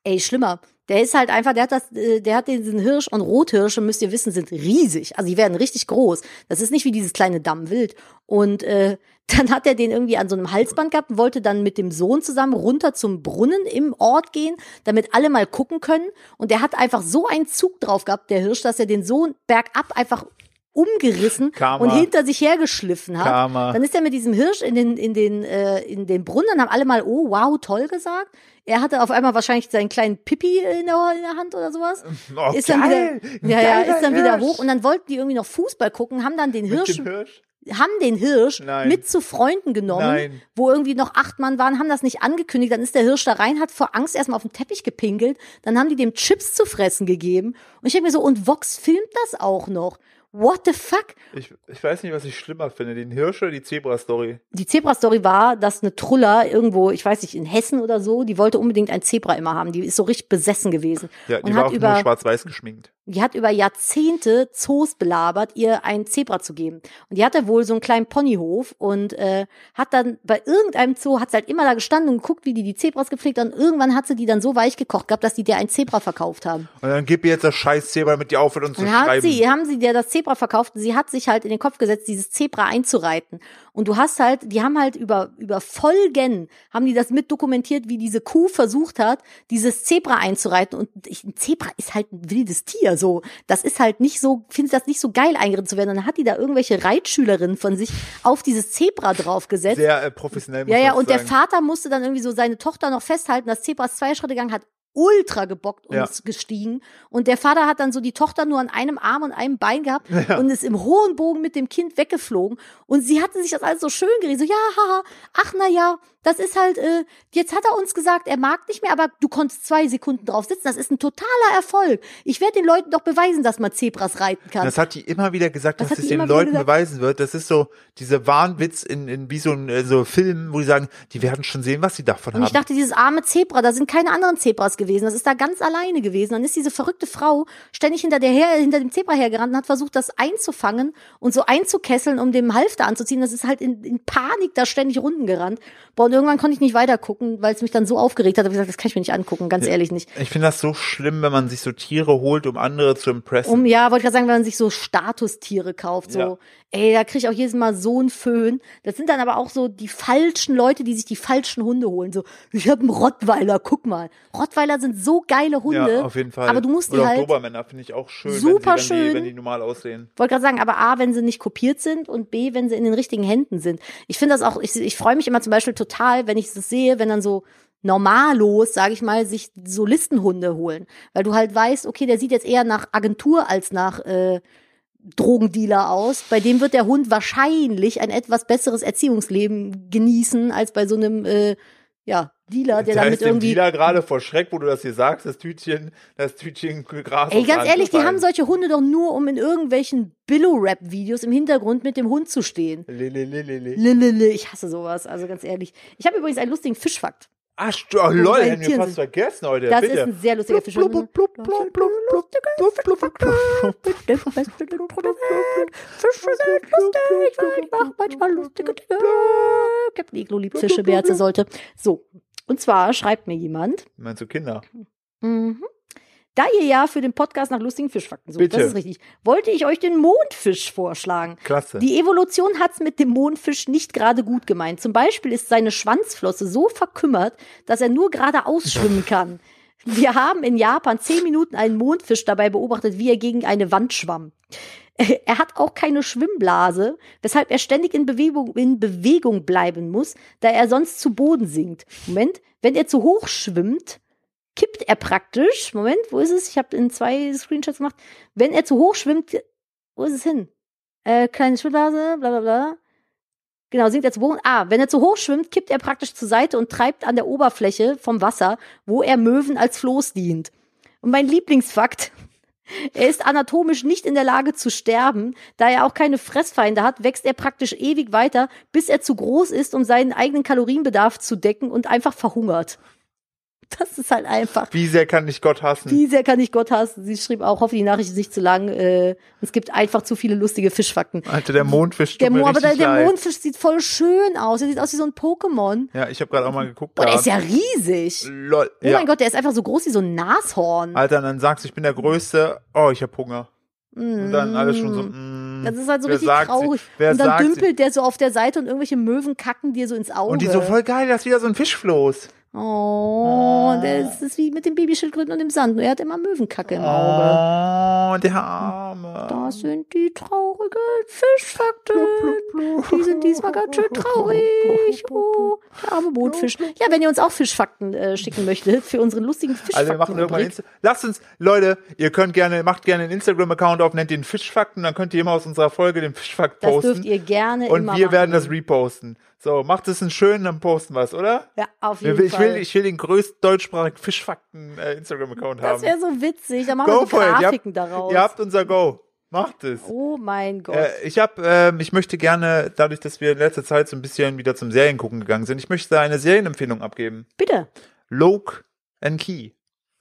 B: ey, schlimmer. Der ist halt einfach, der hat das, äh, der hat diesen Hirsch und Rothirsche, müsst ihr wissen, sind riesig. Also die werden richtig groß. Das ist nicht wie dieses kleine Dammwild. Und äh, dann hat er den irgendwie an so einem Halsband gehabt und wollte dann mit dem Sohn zusammen runter zum Brunnen im Ort gehen, damit alle mal gucken können. Und der hat einfach so einen Zug drauf gehabt, der Hirsch, dass er den Sohn bergab einfach umgerissen
A: Karma.
B: und hinter sich hergeschliffen hat.
A: Karma.
B: Dann ist er mit diesem Hirsch in den, in den, äh, in den Brunnen, haben alle mal, oh, wow, toll gesagt. Er hatte auf einmal wahrscheinlich seinen kleinen Pipi in der, in der Hand oder sowas.
A: Oh,
B: ist dann
A: geil,
B: wieder,
A: ein
B: ja, ja,
A: geiler
B: ist dann wieder
A: Hirsch.
B: hoch und dann wollten die irgendwie noch Fußball gucken, haben dann den
A: Mit
B: Hirsch,
A: dem Hirsch.
B: haben den Hirsch
A: Nein.
B: mit zu Freunden genommen,
A: Nein.
B: wo irgendwie noch acht Mann waren, haben das nicht angekündigt. Dann ist der Hirsch da rein, hat vor Angst erstmal auf den Teppich gepinkelt. Dann haben die dem Chips zu fressen gegeben. Und ich denke mir so, und Vox filmt das auch noch. What the fuck?
A: Ich, ich weiß nicht, was ich schlimmer finde, den Hirsch oder die Zebra-Story.
B: Die Zebra-Story war, dass eine Truller irgendwo, ich weiß nicht, in Hessen oder so, die wollte unbedingt ein Zebra immer haben. Die ist so richtig besessen gewesen.
A: Ja, die
B: und
A: war
B: hat
A: auch nur
B: über
A: schwarz-weiß geschminkt.
B: Die hat über Jahrzehnte Zoos belabert, ihr ein Zebra zu geben. Und die hatte wohl so einen kleinen Ponyhof und äh, hat dann bei irgendeinem Zoo, hat sie halt immer da gestanden und geguckt, wie die die Zebras gepflegt haben. Und irgendwann hat sie die dann so weich gekocht gehabt, dass die der ein Zebra verkauft haben.
A: Und dann gib ihr jetzt das scheiß Zebra mit dir auf und uns zu
B: Und dann hat
A: schreiben.
B: sie, haben sie dir das Zebra verkauft und sie hat sich halt in den Kopf gesetzt, dieses Zebra einzureiten. Und du hast halt, die haben halt über, über Folgen, haben die das mit dokumentiert, wie diese Kuh versucht hat, dieses Zebra einzureiten. Und ich, ein Zebra ist halt ein wildes Tier, so. Das ist halt nicht so, findet das nicht so geil, eingeritten zu werden. Und dann hat die da irgendwelche Reitschülerinnen von sich auf dieses Zebra draufgesetzt.
A: Sehr äh, professionell, muss
B: Ja, ja,
A: man
B: und
A: sagen.
B: der Vater musste dann irgendwie so seine Tochter noch festhalten. Das Zebra ist zwei Schritte gegangen, hat ultra gebockt und
A: Ja.
B: ist gestiegen. Und der Vater hat dann so die Tochter nur an einem Arm und einem Bein gehabt und ist im hohen Bogen mit dem Kind weggeflogen. Und sie hatte sich das alles so schön geredet. So, ja, haha, ach na ja, das ist halt, äh, jetzt hat er uns gesagt, er mag nicht mehr, aber du konntest zwei Sekunden drauf sitzen. Das ist ein totaler Erfolg. Ich werde den Leuten doch beweisen, dass man Zebras reiten kann.
A: Das hat die immer wieder gesagt,
B: Das
A: dass
B: hat
A: es
B: die
A: den
B: immer wieder
A: Leuten
B: gesagt.
A: beweisen wird. Das ist so dieser Wahnwitz in, in wie so ein äh, so Film, wo die sagen, die werden schon sehen, was sie davon
B: Und ich
A: haben.
B: dachte, dieses arme Zebra, da sind keine anderen Zebras gewesen. Das ist da ganz alleine gewesen. Dann ist diese verrückte Frau ständig hinter, der her, hinter dem Zebra hergerannt und hat versucht, das einzufangen und so einzukesseln, um dem Halfter anzuziehen. Das ist halt in, in Panik da ständig Runden gerannt. Boah, und irgendwann konnte ich nicht weiter gucken, weil es mich dann so aufgeregt hat. Hab Ich gesagt, das kann ich mir nicht angucken, ganz ehrlich nicht.
A: ich finde das so schlimm, wenn man sich so Tiere holt, um andere zu impressen.
B: Um, ja, wollte ich gerade sagen, wenn man sich so Statustiere kauft, so,
A: Ja.
B: ey, da kriege ich auch jedes Mal so einen Föhn. Das sind dann aber auch so die falschen Leute, die sich die falschen Hunde holen. So, ich habe einen Rottweiler, guck mal. Rottweiler sind so geile Hunde.
A: ja, auf jeden Fall.
B: Aber du musst
A: Oder
B: die
A: auch
B: halt, wollte
A: Dobermänner finde ich auch schön,
B: Super
A: wenn, sie, wenn, die,
B: schön.
A: wenn die normal aussehen.
B: gerade sagen, aber A, wenn sie nicht kopiert sind und B, wenn sie in den richtigen Händen sind. Ich finde das auch, ich, ich freue mich immer zum Beispiel total, wenn ich das sehe, wenn dann so normallos, sage ich mal, sich so Listenhunde holen. Weil du halt weißt, okay, der sieht jetzt eher nach Agentur als nach äh, Drogendealer aus. Bei dem wird der Hund wahrscheinlich ein etwas besseres Erziehungsleben genießen als bei so einem äh, ja, Dealer, der
A: da
B: damit
A: ist dem
B: irgendwie.
A: Dealer gerade vor Schreck, wo du das hier sagst, das Tütchen, das Tütchen Gras.
B: Ey,
A: aus der
B: ganz
A: Hand
B: ehrlich, die
A: gefallen.
B: haben solche Hunde doch nur, um in irgendwelchen Billo-Rap-Videos im Hintergrund mit dem Hund zu stehen.
A: Lelelelele.
B: Lilili, ich hasse sowas, also ganz ehrlich. Ich habe übrigens einen lustigen Fischfakt.
A: Ach, st- oh,
B: so
A: lol,
B: kleine
A: hätten wir
B: Tiere
A: fast
B: sind.
A: vergessen heute.
B: Das
A: Bitte.
B: ist ein sehr lustiger Fischfakt.
A: Blub, blub, blub, blub, blub, blub, blub, blub, blub, blub.
B: Fische sind lustig, weil ich mache manchmal lustige Dinge. Captain Iglo liebt Fische, wer sie sollte. So, und zwar schreibt mir jemand,
A: Meinst du Kinder?
B: mhm. da ihr ja für den Podcast nach lustigen Fischfakten sucht,
A: Bitte.
B: das ist richtig, wollte ich euch den Mondfisch vorschlagen.
A: Klasse.
B: Die Evolution hat's mit dem Mondfisch nicht gerade gut gemeint. Zum Beispiel ist seine Schwanzflosse so verkümmert, dass er nur geradeaus schwimmen kann. Wir haben in Japan zehn Minuten einen Mondfisch dabei beobachtet, wie er gegen eine Wand schwamm. Er hat auch keine Schwimmblase, weshalb er ständig in Bewegung, in Bewegung bleiben muss, da er sonst zu Boden sinkt. Moment, wenn er zu hoch schwimmt, kippt er praktisch. Moment, wo ist es? Ich habe in zwei Screenshots gemacht. Wenn er zu hoch schwimmt, wo ist es hin? Äh, kleine Schwimmblase, bla bla bla. Genau, sinkt er zu Boden. Ah, wenn er zu hoch schwimmt, kippt er praktisch zur Seite und treibt an der Oberfläche vom Wasser, wo er Möwen als Floß dient. Und mein Lieblingsfakt. Er ist anatomisch nicht in der Lage zu sterben, da er auch keine Fressfeinde hat, wächst er praktisch ewig weiter, bis er zu groß ist, um seinen eigenen Kalorienbedarf zu decken und einfach verhungert. Das ist halt einfach
A: Wie sehr kann ich Gott hassen?
B: wie sehr kann ich Gott hassen? Sie schrieb auch, hoffe die Nachricht ist nicht zu lang. Äh, es gibt einfach zu viele lustige Fischfakten.
A: Alter, der Mondfisch tut
B: Der,
A: mir
B: Mo aber der,
A: richtig
B: der
A: leid.
B: Mondfisch sieht voll schön aus. Er sieht aus wie so ein Pokémon.
A: ja, ich habe gerade auch mal geguckt.
B: Boah, der
A: gehabt.
B: ist ja riesig.
A: Lol.
B: Oh
A: ja.
B: mein Gott, der ist einfach so groß wie so ein Nashorn.
A: Alter, und dann sagst du, ich bin der Größte. Oh, ich habe Hunger. Und dann alle schon so. Mm,
B: Mhm. Das ist halt so
A: wer
B: richtig
A: sagt sie-
B: traurig.
A: Wer
B: und dann
A: sagt sie-
B: dümpelt der so auf der Seite und irgendwelche Möwen kacken dir so ins Auge.
A: Und die so voll geil, das ist wieder so ein Fischfloß.
B: oh, das ist wie mit dem Babyschildkröten und dem
A: Ah.
B: Sand. Nur er hat immer Möwenkacke im Auge.
A: Oh, der Arme.
B: Da sind die traurig Vögel, Fischfakten. Die sind diesmal ganz schön traurig. Oh, der arme Bootfisch. Ja, wenn ihr uns auch Fischfakten äh, schicken möchtet für unseren lustigen Fischfakten.
A: Also wir machen irgendwann Insta Lasst uns, Leute, ihr könnt gerne, macht gerne einen Instagram-Account auf, nennt den Fischfakten, dann könnt ihr immer aus unserer Folge den Fischfakt
B: das
A: posten.
B: dürft ihr gerne
A: und
B: immer
A: wir werden
B: machen.
A: das reposten. So, macht es einen schönen, dann posten wir es, oder?
B: Ja, auf jeden
A: Ich will, ich
B: Fall.
A: will, ich will den größten deutschsprachigen Fischfakten äh, Instagram-Account
B: das
A: haben.
B: wäre so witzig. Da machen wir so
A: Ihr habt,
B: Grafiken daraus.
A: ihr habt unser Go. Macht es.
B: oh mein Gott.
A: Äh, ich habe, ähm, ich möchte gerne, dadurch, dass wir in letzter Zeit so ein bisschen wieder zum Serien gucken gegangen sind, ich möchte da eine Serienempfehlung abgeben.
B: Bitte.
A: Lock and Key.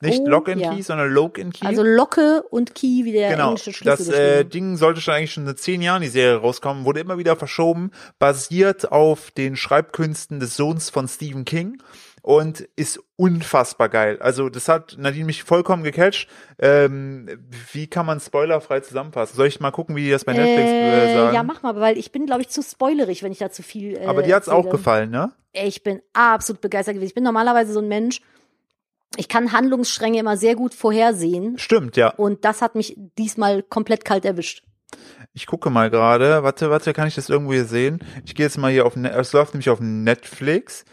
A: Nicht
B: Oh,
A: Lock and
B: ja.
A: Key, sondern Lock and Key.
B: Also Locke und Ki, wie der
A: genau.
B: englische Schlüssel
A: Das äh,
B: geschrieben.
A: Ding sollte schon eigentlich schon seit zehn Jahren die Serie rauskommen, wurde immer wieder verschoben, basiert auf den Schreibkünsten des Sohns von Stephen King und ist unfassbar geil. Also das hat Nadine mich vollkommen gecatcht. Ähm, wie kann man spoilerfrei zusammenfassen? Soll ich mal gucken, wie die das bei Netflix äh,
B: äh,
A: sagen?
B: ja, mach mal, weil ich bin, glaube ich, zu spoilerig, wenn ich da zu viel. Äh,
A: Aber die hat's auch
B: erzähle.
A: gefallen, ne?
B: ich bin absolut begeistert gewesen. Ich bin normalerweise so ein Mensch, ich kann Handlungsstränge immer sehr gut vorhersehen.
A: Stimmt, ja.
B: Und das hat mich diesmal komplett kalt erwischt.
A: Ich gucke mal gerade. Warte, warte, kann ich das irgendwo hier sehen? Ich gehe jetzt mal hier auf, Ne- es läuft nämlich auf Netflix.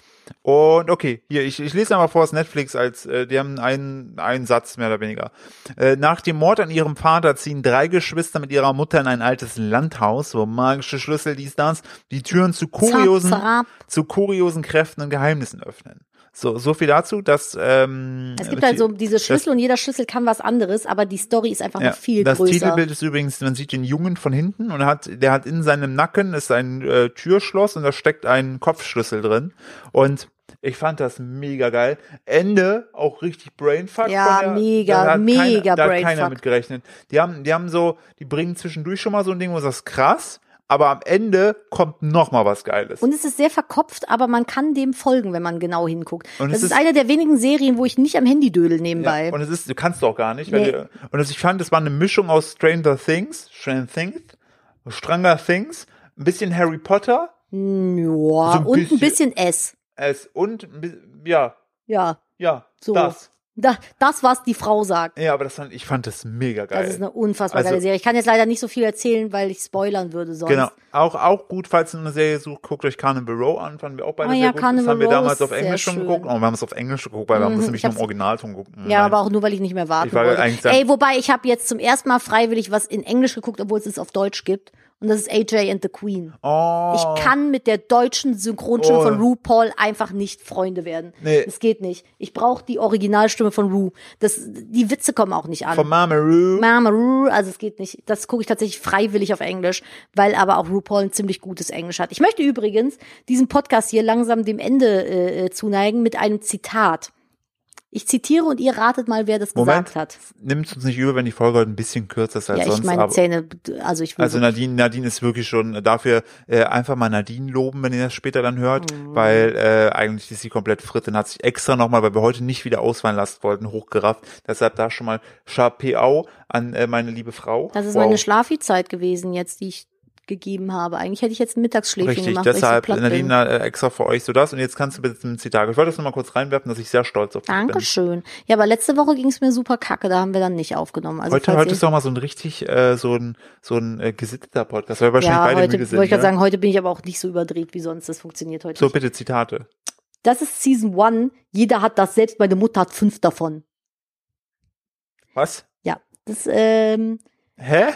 A: Und okay, hier, ich, ich lese einmal vor, es ist Netflix als, äh, die haben einen, einen Satz mehr oder weniger. Äh, nach dem Mord an ihrem Vater ziehen drei Geschwister mit ihrer Mutter in ein altes Landhaus, wo magische Schlüssel, dies, das, die Türen zu kuriosen,
B: Zap, zap.
A: zu kuriosen Kräften und Geheimnissen öffnen. So, so viel dazu, dass, ähm,
B: Es gibt halt so diese Schlüssel und jeder Schlüssel kann was anderes, aber die Story ist einfach noch viel
A: das
B: größer.
A: Titelbild ist übrigens, man sieht den Jungen von hinten und er hat, der hat in seinem Nacken ist ein äh, Türschloss und da steckt ein Kopfschlüssel drin. Und ich fand das mega geil. Ende auch richtig Brainfuck.
B: Ja,
A: von der,
B: mega,
A: da hat
B: mega
A: keiner, da hat keiner
B: Brainfuck.
A: mit gerechnet. Die haben, die haben so, die bringen zwischendurch schon mal so ein Ding, wo du sagst, krass, aber am Ende kommt noch mal was Geiles.
B: Und es ist sehr verkopft, aber man kann dem folgen, wenn man genau hinguckt.
A: Und
B: das
A: es
B: ist,
A: ist-
B: eine der wenigen Serien, wo ich nicht am Handy dödel nebenbei.
A: Ja, und es ist, du kannst doch gar nicht. Weil
B: Nee.
A: du, und es, ich fand, es war eine Mischung aus Stranger Things, Stranger Things, Stranger Things, ein bisschen Harry Potter so ein
B: Joa, Hm, und ein
A: bisschen-
B: bisschen S.
A: es und ein bi- ja,
B: Ja,
A: ja,
B: so.
A: das.
B: Da, das, was die Frau sagt.
A: Ja, aber das fand, ich fand das mega geil.
B: Das ist eine unfassbar
A: Also-
B: geile Serie. Ich kann jetzt leider nicht so viel erzählen, weil ich spoilern würde sonst.
A: Genau. Auch, auch gut, falls ihr eine Serie sucht, guckt euch Carnival Row an. Fanden wir auch beide
B: Oh ja,
A: sehr gut. das
B: Carnival
A: haben wir
B: Row
A: damals
B: ist
A: auf Englisch
B: sehr
A: schon
B: schön.
A: geguckt. Oh, wir haben es auf Englisch geguckt, weil wir haben
B: Mhm,
A: es nämlich
B: ich
A: noch im
B: hab's-
A: Originalton gucken.
B: Ja, aber auch nur, weil ich nicht mehr warten
A: Ich war eigentlich
B: wollte.
A: sehr-
B: Ey, wobei, ich habe jetzt zum ersten Mal freiwillig was in Englisch geguckt, obwohl es es auf Deutsch gibt. Und das ist AJ and the Queen.
A: Oh,
B: Ich kann mit der deutschen Synchronstimme
A: Oh.
B: von RuPaul einfach nicht Freunde werden.
A: Nee.
B: Das geht nicht. Ich brauche die Originalstimme von Ru. Das, die Witze kommen auch nicht an.
A: Von Mama Roo.
B: Mama Ru, also es geht nicht. Das gucke ich tatsächlich freiwillig auf Englisch, weil aber auch RuPaul ein ziemlich gutes Englisch hat. Ich möchte übrigens diesen Podcast hier langsam dem Ende äh, äh, zuneigen mit einem Zitat. Ich zitiere und ihr ratet mal, wer das
A: Moment.
B: gesagt hat.
A: Nimmt uns nicht übel, wenn die Folge heute ein bisschen kürzer ist als
B: Ja,
A: sonst.
B: ich meine
A: aber-
B: Zähne, also ich will
A: Also Nadine, Nadine ist wirklich schon dafür äh, einfach mal Nadine loben, wenn ihr das später dann hört,
B: Hm.
A: weil äh, eigentlich ist sie komplett fritt und hat sich extra nochmal, weil wir heute nicht wieder ausfallen lassen wollten, hochgerafft. Deshalb da schon mal Chapeau au an äh, meine liebe Frau.
B: das ist
A: Wow.
B: meine Schlafi-Zeit gewesen jetzt, die ich gegeben habe. Eigentlich hätte ich jetzt ein Mittagsschläfchen
A: Richtig,
B: gemacht,
A: deshalb
B: weil ich so platt bin.
A: Nadine äh, extra für euch so das und jetzt kannst du bitte zum Zitat. Ich wollte das nochmal kurz reinwerfen, dass ich sehr stolz auf dich bin.
B: Dankeschön. Ja, aber letzte Woche ging es mir super kacke, da haben wir dann nicht aufgenommen. Also
A: Heute,
B: falls
A: heute
B: ihr-
A: ist doch mal so ein richtig, äh, so ein, so ein äh, gesitteter Podcast, weil wir wahrscheinlich
B: ja,
A: beide
B: heute,
A: müde sind.
B: wollte ich gerade
A: ne?
B: sagen, heute bin ich aber auch nicht so überdreht wie sonst. Das funktioniert heute
A: so,
B: nicht.
A: bitte Zitate.
B: Das ist Season One. Jeder hat das, selbst meine Mutter hat fünf davon.
A: Was?
B: Ja, das, ähm,
A: Hä?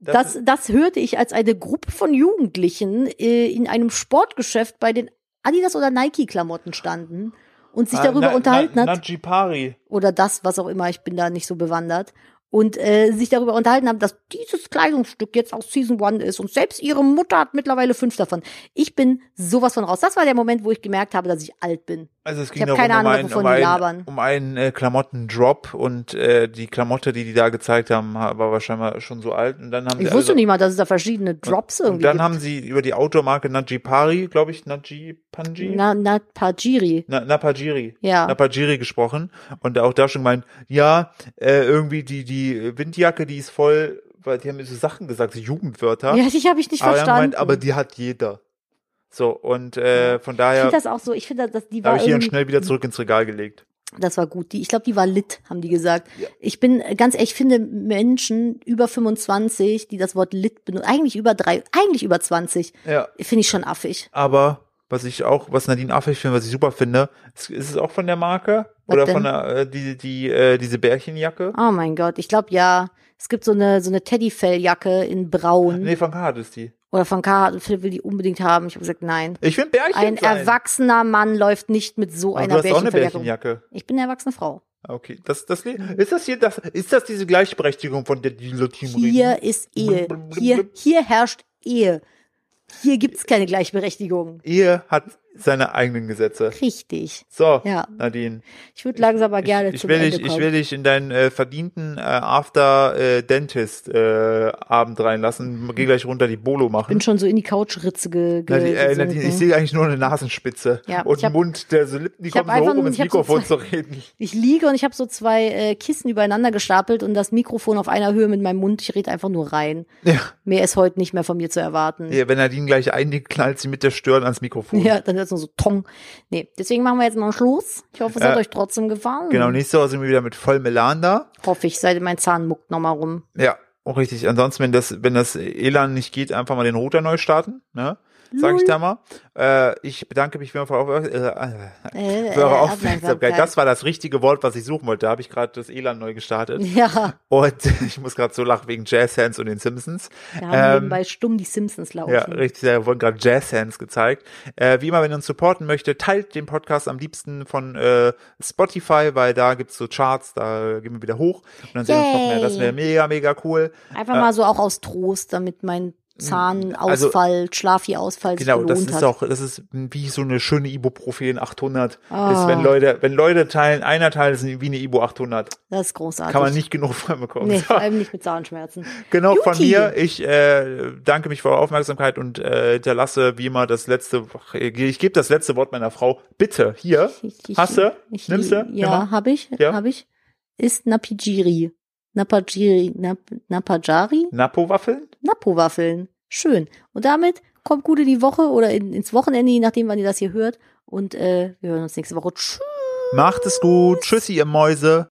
B: das, das, hörte ich als eine Gruppe von Jugendlichen äh, in einem Sportgeschäft bei den Adidas oder Nike-Klamotten standen und sich
A: Ah,
B: darüber
A: Na-
B: unterhalten
A: Na-
B: hat.
A: Najipari.
B: oder das, was auch immer, ich bin da nicht so bewandert. Und äh, sich darüber unterhalten haben, dass dieses Kleidungsstück jetzt aus Season One ist und selbst ihre Mutter hat mittlerweile fünf davon. Ich bin sowas von raus. Das war der Moment, wo ich gemerkt habe, dass ich alt bin.
A: Also es
B: Ich
A: ging
B: hab
A: darum,
B: keine
A: um
B: Ahnung,
A: einen,
B: wovon
A: um
B: die
A: einen,
B: labern.
A: Um einen äh, Klamottendrop und äh, die Klamotte, die die da gezeigt haben, ha- war wahrscheinlich schon so alt. Und dann haben
B: Ich
A: sie
B: wusste
A: also,
B: nicht mal, dass es da verschiedene Drops
A: Und
B: irgendwie
A: dann
B: gibt.
A: haben sie über die Automarke Najipari, glaube ich, Najipanji?
B: Na, na, Pajiri.
A: Na, Napajiri.
B: Ja.
A: Napajiri gesprochen und auch da schon gemeint, ja, äh, irgendwie die, die Windjacke, die ist voll, weil die haben mir so Sachen gesagt, so Jugendwörter.
B: Ja, dich habe ich nicht
A: aber, er
B: verstanden.
A: meint, aber die hat jeder. So, und äh, von
B: ich
A: daher
B: finde das auch so, ich finde, dass die
A: habe
B: war
A: ich die dann
B: irgendwie,
A: schnell wieder zurück ins Regal gelegt.
B: Das war gut. Die, ich glaube, die war lit, haben die gesagt.
A: Ja.
B: Ich bin äh, ganz ehrlich, ich finde Menschen über 25, die das Wort lit benutzen, eigentlich über drei, eigentlich über 20,
A: Ja.
B: finde ich schon affig.
A: Aber was ich auch, was Nadine Affig finde, was ich super finde, ist, ist es auch von der Marke?
B: Was
A: Oder
B: denn?
A: von der, äh, die, die, äh, diese Bärchenjacke?
B: Oh mein Gott, ich glaube ja. Es gibt so eine so eine Teddyfelljacke in Braun
A: Nee, von Kart ist die.
B: oder von K. Philipp will die unbedingt haben. Ich habe gesagt, nein.
A: Ich finde Bärchen.
B: Ein
A: sein.
B: erwachsener Mann läuft nicht mit so
A: Aber
B: einer
A: du hast auch eine
B: Bärchenfelljacke. rum.
A: Bärchenjacke.
B: Ich bin eine erwachsene Frau.
A: Okay. Das, das, ist das hier, das, ist das diese Gleichberechtigung von der die Team
B: Hier ist Ehe. Hier, hier herrscht Ehe. Hier gibt's keine Gleichberechtigung.
A: Ehe hat seine eigenen Gesetze.
B: Richtig.
A: So,
B: Ja.
A: Nadine.
B: Ich würde langsam mal gerne
A: ich, ich
B: zum
A: will
B: Ende
A: dich,
B: kommen.
A: ich will dich in deinen äh, verdienten äh, After äh, Dentist äh, Abend reinlassen. Geh gleich runter die Bolo machen.
B: bin schon so in die Couchritze ge, ge
A: Nadine, äh,
B: gesunken.
A: Nadine, ich sehe eigentlich nur eine Nasenspitze
B: Ja,
A: und
B: ich hab-
A: einen Mund, der so Lippen, die
B: ich hab
A: kommen so hoch,
B: einfach-
A: um ins
B: ich hab so
A: Mikrofon
B: zwei-
A: zu reden.
B: Ich liege und ich habe so zwei äh, Kissen übereinander gestapelt und das Mikrofon auf einer Höhe mit meinem Mund. Ich rede einfach nur rein.
A: Ja.
B: Mehr ist heute nicht mehr von mir zu erwarten.
A: Ja, wenn Nadine gleich einnickt, knallt sie mit der Stirn ans Mikrofon.
B: Ja, dann hört's nur so Tong. Nee, deswegen machen wir jetzt mal Schluss. Ich hoffe, es hat
A: Äh,
B: euch trotzdem gefallen.
A: Genau, nächste Woche sind wir wieder mit vollem Elan da.
B: Hoffe ich, seit mein Zahn muckt nochmal rum.
A: Ja, auch richtig. Ansonsten, wenn das, wenn das Elan nicht geht, einfach mal den Router neu starten. Ne? Sag ich
B: Lul.
A: da mal. Äh, ich bedanke mich wieder für eure, äh,
B: Äh,
A: für
B: äh,
A: eure Aufmerksamkeit.
B: Aufmerksamkeit.
A: Das war das richtige Wort, was ich suchen wollte. Da habe ich gerade das Elan neu gestartet.
B: ja,
A: Und ich muss gerade so lachen wegen Jazzhands und den Simpsons.
B: wir haben
A: Ähm,
B: nebenbei stumm die Simpsons laufen.
A: Ja, äh, richtig, da wurden gerade Jazzhands gezeigt. Äh, wie immer, wenn ihr uns supporten möchtet, teilt den Podcast am liebsten von äh, Spotify, weil da gibt's so Charts, da gehen wir wieder hoch und dann sehen wir uns noch
B: Yay.
A: mehr. Das wäre mega, mega cool.
B: Einfach mal so auch aus Trost, damit mein Zahnausfall, Schlafi-Ausfall sich
A: mm, also Genau, das
B: gelohnt
A: ist
B: hat.
A: auch, das ist wie so eine schöne Ibuprofen 800. Ist,
B: Ah.
A: wenn Leute, wenn Leute teilen, einer teilt, sind wie eine Ibu 800.
B: das ist großartig.
A: Kann man nicht genug von bekommen.
B: Also Nee,
A: So.
B: vor allem nicht mit Zahnschmerzen.
A: Genau, von
B: Juti.
A: mir. Ich äh, danke mich für eure Aufmerksamkeit und äh, hinterlasse wie immer das letzte, ach, ich gebe das letzte Wort meiner Frau. Bitte, hier.
B: Ich, ich,
A: Hast du?
B: Ich,
A: Nimmst du?
B: Ja,
A: Ja.
B: hab ich.
A: Ja.
B: Hab ich. Ist Napijiri. Napajiri. Nap, Napajari?
A: Napo-Waffeln?
B: Napo-Waffeln. Schön. Und damit kommt gut in die Woche oder in, ins Wochenende, je nachdem, wann ihr das hier hört. Und äh, wir hören uns nächste Woche. Tschüss.
A: Macht es gut. Tschüssi, ihr Mäuse.